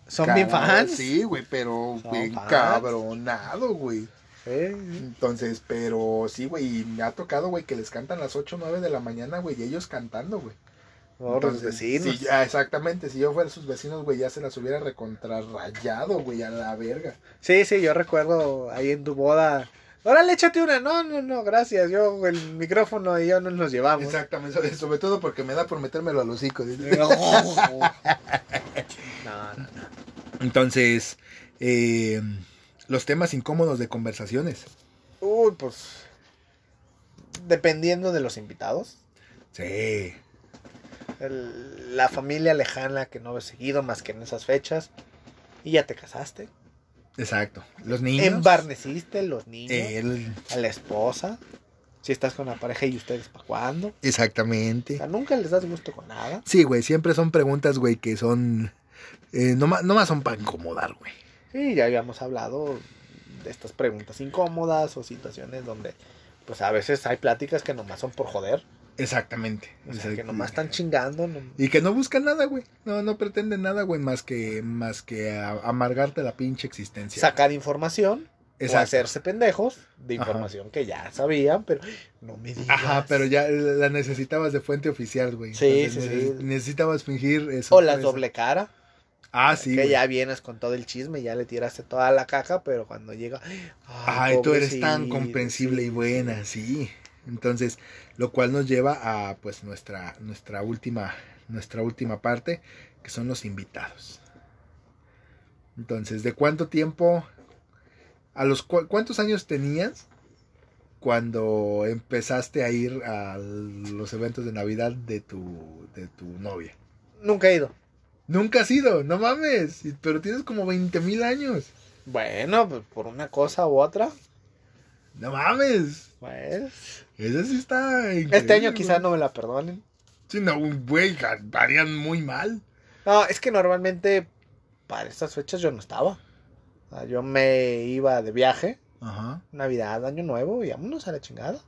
Speaker 2: Son
Speaker 1: Cabrón,
Speaker 2: bien fans.
Speaker 1: Sí, güey, pero
Speaker 2: Son
Speaker 1: bien
Speaker 2: fans.
Speaker 1: cabronado, güey.
Speaker 2: Sí.
Speaker 1: Entonces, pero sí, güey, y me ha tocado, güey, que les cantan las 8 o 9 de la mañana, güey, y ellos cantando, güey.
Speaker 2: Todos los
Speaker 1: Entonces,
Speaker 2: vecinos.
Speaker 1: sí, ah, exactamente, si yo fuera sus vecinos, güey, ya se las hubiera recontrarrayado, güey, a la verga.
Speaker 2: Sí, sí, yo recuerdo ahí en tu boda. Órale, échate una. No, no, no, gracias. Yo, el micrófono y yo nos los llevamos.
Speaker 1: Exactamente, sobre, sobre todo porque me da por metérmelo a los hocico. dice.
Speaker 2: No, no, no.
Speaker 1: Entonces, eh, los temas incómodos de conversaciones.
Speaker 2: [LAUGHS] Uy, pues. Dependiendo de los invitados.
Speaker 1: Sí.
Speaker 2: el- la familia lejana que no ves seguido más que en esas fechas. Y ya te casaste.
Speaker 1: Exacto. Los niños. Eh.
Speaker 2: Embarneciste los niños.
Speaker 1: El-
Speaker 2: A la esposa. Si estás con la pareja y ustedes para cuándo. O
Speaker 1: exactamente.
Speaker 2: sea, nunca les das gusto con nada.
Speaker 1: Sí, güey, siempre son preguntas, güey, que son... Eh, nomás, nomás son para incomodar, güey.
Speaker 2: Sí, ya habíamos hablado de estas preguntas incómodas o situaciones donde, pues a veces hay pláticas que nomás son por joder,
Speaker 1: Exactamente.
Speaker 2: o sea, que nomás están chingando. no-
Speaker 1: Y que no buscan nada, güey. No, no pretenden nada, güey, más que, más que a- amargarte la pinche existencia.
Speaker 2: Sacar información o hacerse pendejos de información que ya sabían, pero no me digas.
Speaker 1: Ajá, pero ya la necesitabas de fuente oficial, güey.
Speaker 2: Sí,
Speaker 1: Entonces,
Speaker 2: sí,
Speaker 1: neces-
Speaker 2: sí.
Speaker 1: Necesitabas fingir eso.
Speaker 2: O las
Speaker 1: pues.
Speaker 2: doble cara,
Speaker 1: Ah, sí.
Speaker 2: que
Speaker 1: güey.
Speaker 2: ya vienes con todo el chisme, ya le tiraste toda la caja, pero cuando llega... Ay,
Speaker 1: Ay, tú eres tan
Speaker 2: pobrecito,
Speaker 1: comprensible y
Speaker 2: sí.
Speaker 1: buena, sí. Entonces, lo cual nos lleva a pues nuestra nuestra última nuestra última parte, que son los invitados. Entonces, ¿de cuánto tiempo a los cua- cuántos años tenías cuando empezaste a ir a los eventos de Navidad de tu de tu novia?
Speaker 2: Nunca he ido.
Speaker 1: Nunca has ido, no mames, y- pero tienes como 20 mil años.
Speaker 2: Bueno, pues por una cosa u otra.
Speaker 1: No mames.
Speaker 2: Bueno,
Speaker 1: Eso sí está
Speaker 2: este
Speaker 1: increíble,
Speaker 2: año quizás no me la perdonen.
Speaker 1: Sí, no, un güey, ja- varían muy mal.
Speaker 2: No, es que normalmente para estas fechas yo no estaba. O sea, yo me iba de viaje,
Speaker 1: Ajá.
Speaker 2: Navidad, Año Nuevo, y vámonos a la chingada.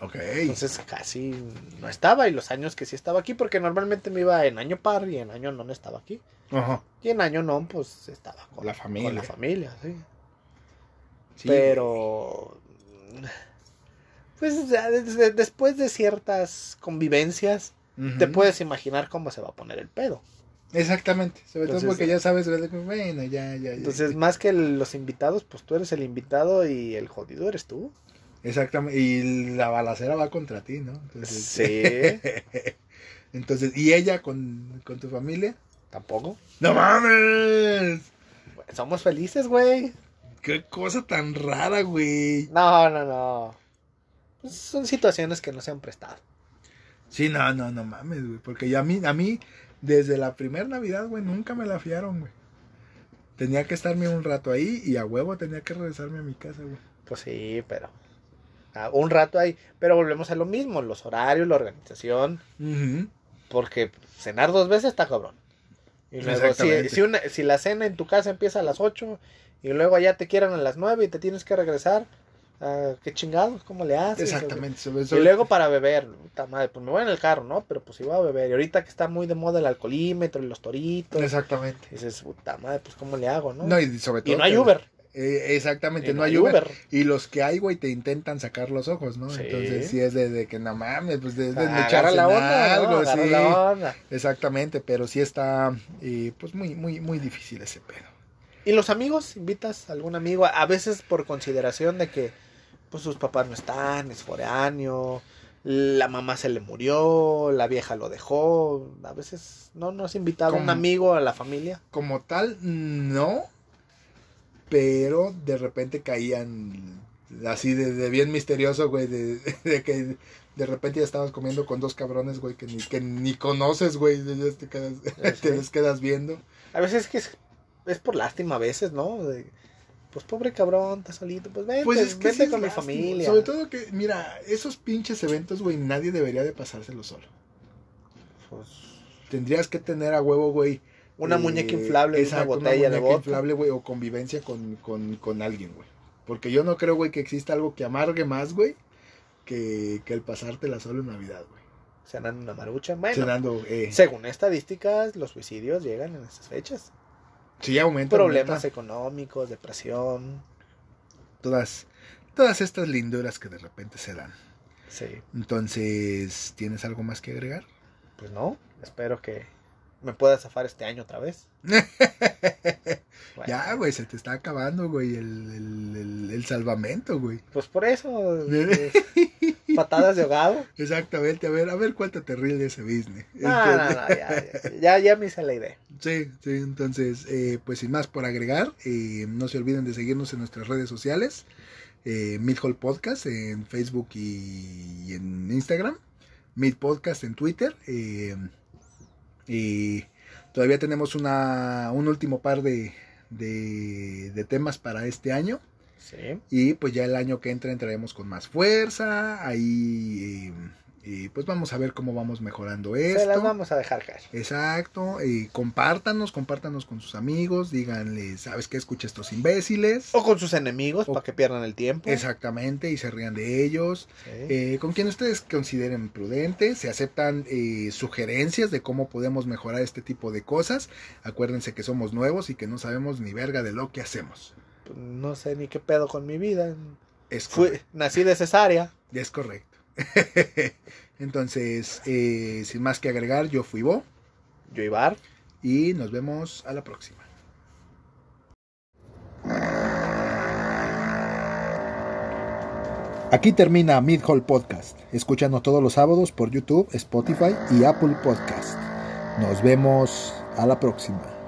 Speaker 1: Ok.
Speaker 2: Entonces casi no estaba, y los años que sí estaba aquí, porque normalmente me iba en año par y en año no estaba aquí.
Speaker 1: Ajá.
Speaker 2: Y en año no, pues estaba con
Speaker 1: La
Speaker 2: Con
Speaker 1: familia.
Speaker 2: la familia, sí.
Speaker 1: Sí,
Speaker 2: Pero. Pues ya des- de- después de ciertas convivencias,
Speaker 1: güey. Ujú.
Speaker 2: te puedes imaginar cómo se va a poner el pedo.
Speaker 1: Exactamente. Sobre
Speaker 2: Entonces- eh,
Speaker 1: todo porque ya sabes, ¿verdad? Como, bueno, ya, ya, ya.
Speaker 2: Entonces, más que el- los invitados, pues tú eres el invitado y el jodido eres tú.
Speaker 1: Exactamente. Y la balacera va contra ti, ¿no? Entonces,
Speaker 2: Sí,
Speaker 1: [LAUGHS] Entonces, ¿y ella con, con tu familia?
Speaker 2: tampoco.
Speaker 1: ¡No mames!
Speaker 2: Somos felices, güey.
Speaker 1: ¡Qué cosa tan rara, güey!
Speaker 2: No, no, no. Pues, son situaciones que no se han prestado.
Speaker 1: Sí, no, no, no mames, güey. Porque ya a mí, a mí, desde la primera Navidad, güey, nunca me la fiaron, güey. Tenía que estarme un rato ahí y a huevo tenía que regresarme a mi casa, güey.
Speaker 2: Pues sí, pero. ah, un rato ahí. Pero volvemos a lo mismo: los horarios, la organización. Porque cenar dos veces está cabrón. Y luego, si,
Speaker 1: Exactamente.
Speaker 2: si, una- si la cena en tu casa empieza a las 8 y luego allá te quieran a las 9 y te tienes que regresar, ah, qué chingados, ¿cómo le haces?
Speaker 1: Exactamente. sobre-
Speaker 2: Y
Speaker 1: sobre-
Speaker 2: luego para beber, puta madre, pues me voy en el carro, ¿no? Pero pues iba a beber. Y ahorita que está muy de moda el alcoholímetro y los toritos,
Speaker 1: Exactamente.
Speaker 2: dices, puta madre, pues ¿cómo le hago, no?
Speaker 1: No, y sobre todo.
Speaker 2: y no hay
Speaker 1: que-
Speaker 2: Uber.
Speaker 1: Eh, exactamente,
Speaker 2: y
Speaker 1: no, hay Uber. Y los que hay, güey, te intentan sacar los ojos, ¿no?
Speaker 2: Sí.
Speaker 1: Entonces, sí es de, de que no mames, pues de, de
Speaker 2: Ah, agarra
Speaker 1: echarse
Speaker 2: la
Speaker 1: en
Speaker 2: onda, ¿no?
Speaker 1: algo,
Speaker 2: Agarra
Speaker 1: sí.
Speaker 2: la onda.
Speaker 1: Exactamente, pero sí está, eh, pues muy, muy, muy difícil ese pedo.
Speaker 2: ¿Y los amigos? ¿Invitas a algún amigo? A veces por consideración de que pues sus papás no están, es foráneo, la mamá se le murió, la vieja lo dejó. A veces no, no has invitado a un
Speaker 1: Como-
Speaker 2: amigo a la
Speaker 1: [LAUGHS]
Speaker 2: familia.
Speaker 1: como tal, no. Pero de repente caían así de, de bien misterioso, güey. De, [LAUGHS] de que de repente ya estabas comiendo con dos cabrones, güey, que ni, que ni conoces, güey. este y ya te quedas, te
Speaker 2: Este,
Speaker 1: les quedas viendo.
Speaker 2: A veces que es, es por lástima, a veces, ¿no? De, pues pobre cabrón, está solito, pues vente, vente
Speaker 1: sí es
Speaker 2: con mi
Speaker 1: lástima.
Speaker 2: familia.
Speaker 1: Sobre todo que, mira, esos pinches eventos, güey, nadie debería de pasárselo solo.
Speaker 2: Pues,
Speaker 1: Tendrías que tener a huevo, güey.
Speaker 2: una
Speaker 1: eh,
Speaker 2: muñeca inflable, y una
Speaker 1: exacto,
Speaker 2: botella de
Speaker 1: muñeca
Speaker 2: vodka.
Speaker 1: inflable, güey, o convivencia con, con, con alguien, güey. Porque yo no creo, güey, que exista algo que amargue más, güey, que, que el pasártela solo en Navidad, güey.
Speaker 2: Cenando una marucha. Bueno,
Speaker 1: Cenando, eh,
Speaker 2: según estadísticas, los suicidios llegan en estas fechas.
Speaker 1: sí, aumenta.
Speaker 2: problemas
Speaker 1: aumenta
Speaker 2: económicos, depresión.
Speaker 1: todas, todas estas linduras que de repente se dan.
Speaker 2: Sí,
Speaker 1: Entonces, ¿tienes algo más que agregar?
Speaker 2: pues no. Espero que me pueda zafar este año otra vez. Bueno,
Speaker 1: [LAUGHS] Ya, güey, se te está acabando, güey, el, el, el- el salvamento, güey.
Speaker 2: Pues por
Speaker 1: [LAUGHS]
Speaker 2: eso. pues, patadas de ahogado.
Speaker 1: Exactamente, a ver, a ver cuánto te ríe de ese business. Este,
Speaker 2: No, no, no, ya, ya, ya me hice la idea.
Speaker 1: Sí, sí, entonces, eh, pues sin más por agregar, eh, no se olviden de seguirnos en nuestras redes sociales, eh, Midhall Podcast en Facebook y, y en Instagram, Mid Podcast en Twitter, eh, y todavía tenemos una, un último par de, de, de temas para este año,
Speaker 2: Sí.
Speaker 1: y pues ya el año que entra entraremos con más fuerza, ahí, eh, y pues vamos a ver cómo vamos mejorando esto.
Speaker 2: Se las vamos a dejar caer.
Speaker 1: Exacto, y compártanos, compártanos con sus amigos, díganle, ¿sabes qué? Escucha estos imbéciles.
Speaker 2: O con sus enemigos
Speaker 1: O-
Speaker 2: para que pierdan el tiempo.
Speaker 1: Exactamente, y se rían de ellos.
Speaker 2: Sí.
Speaker 1: Eh, con quien ustedes consideren prudente, se aceptan eh, sugerencias de cómo podemos mejorar este tipo de cosas. Acuérdense que somos nuevos y que no sabemos ni verga de lo que hacemos.
Speaker 2: pues, no sé ni qué pedo con mi vida.
Speaker 1: Es,
Speaker 2: Fui,
Speaker 1: correcto,
Speaker 2: nací de cesárea.
Speaker 1: es correcto. [LAUGHS] Entonces, eh, sin más que agregar, yo fui Bo
Speaker 2: Yo Ibar.
Speaker 1: y nos vemos a la próxima. Aquí termina Mid Hall Podcast. Escúchanos todos los sábados por YouTube, Spotify y Apple Podcast. Nos vemos a la próxima.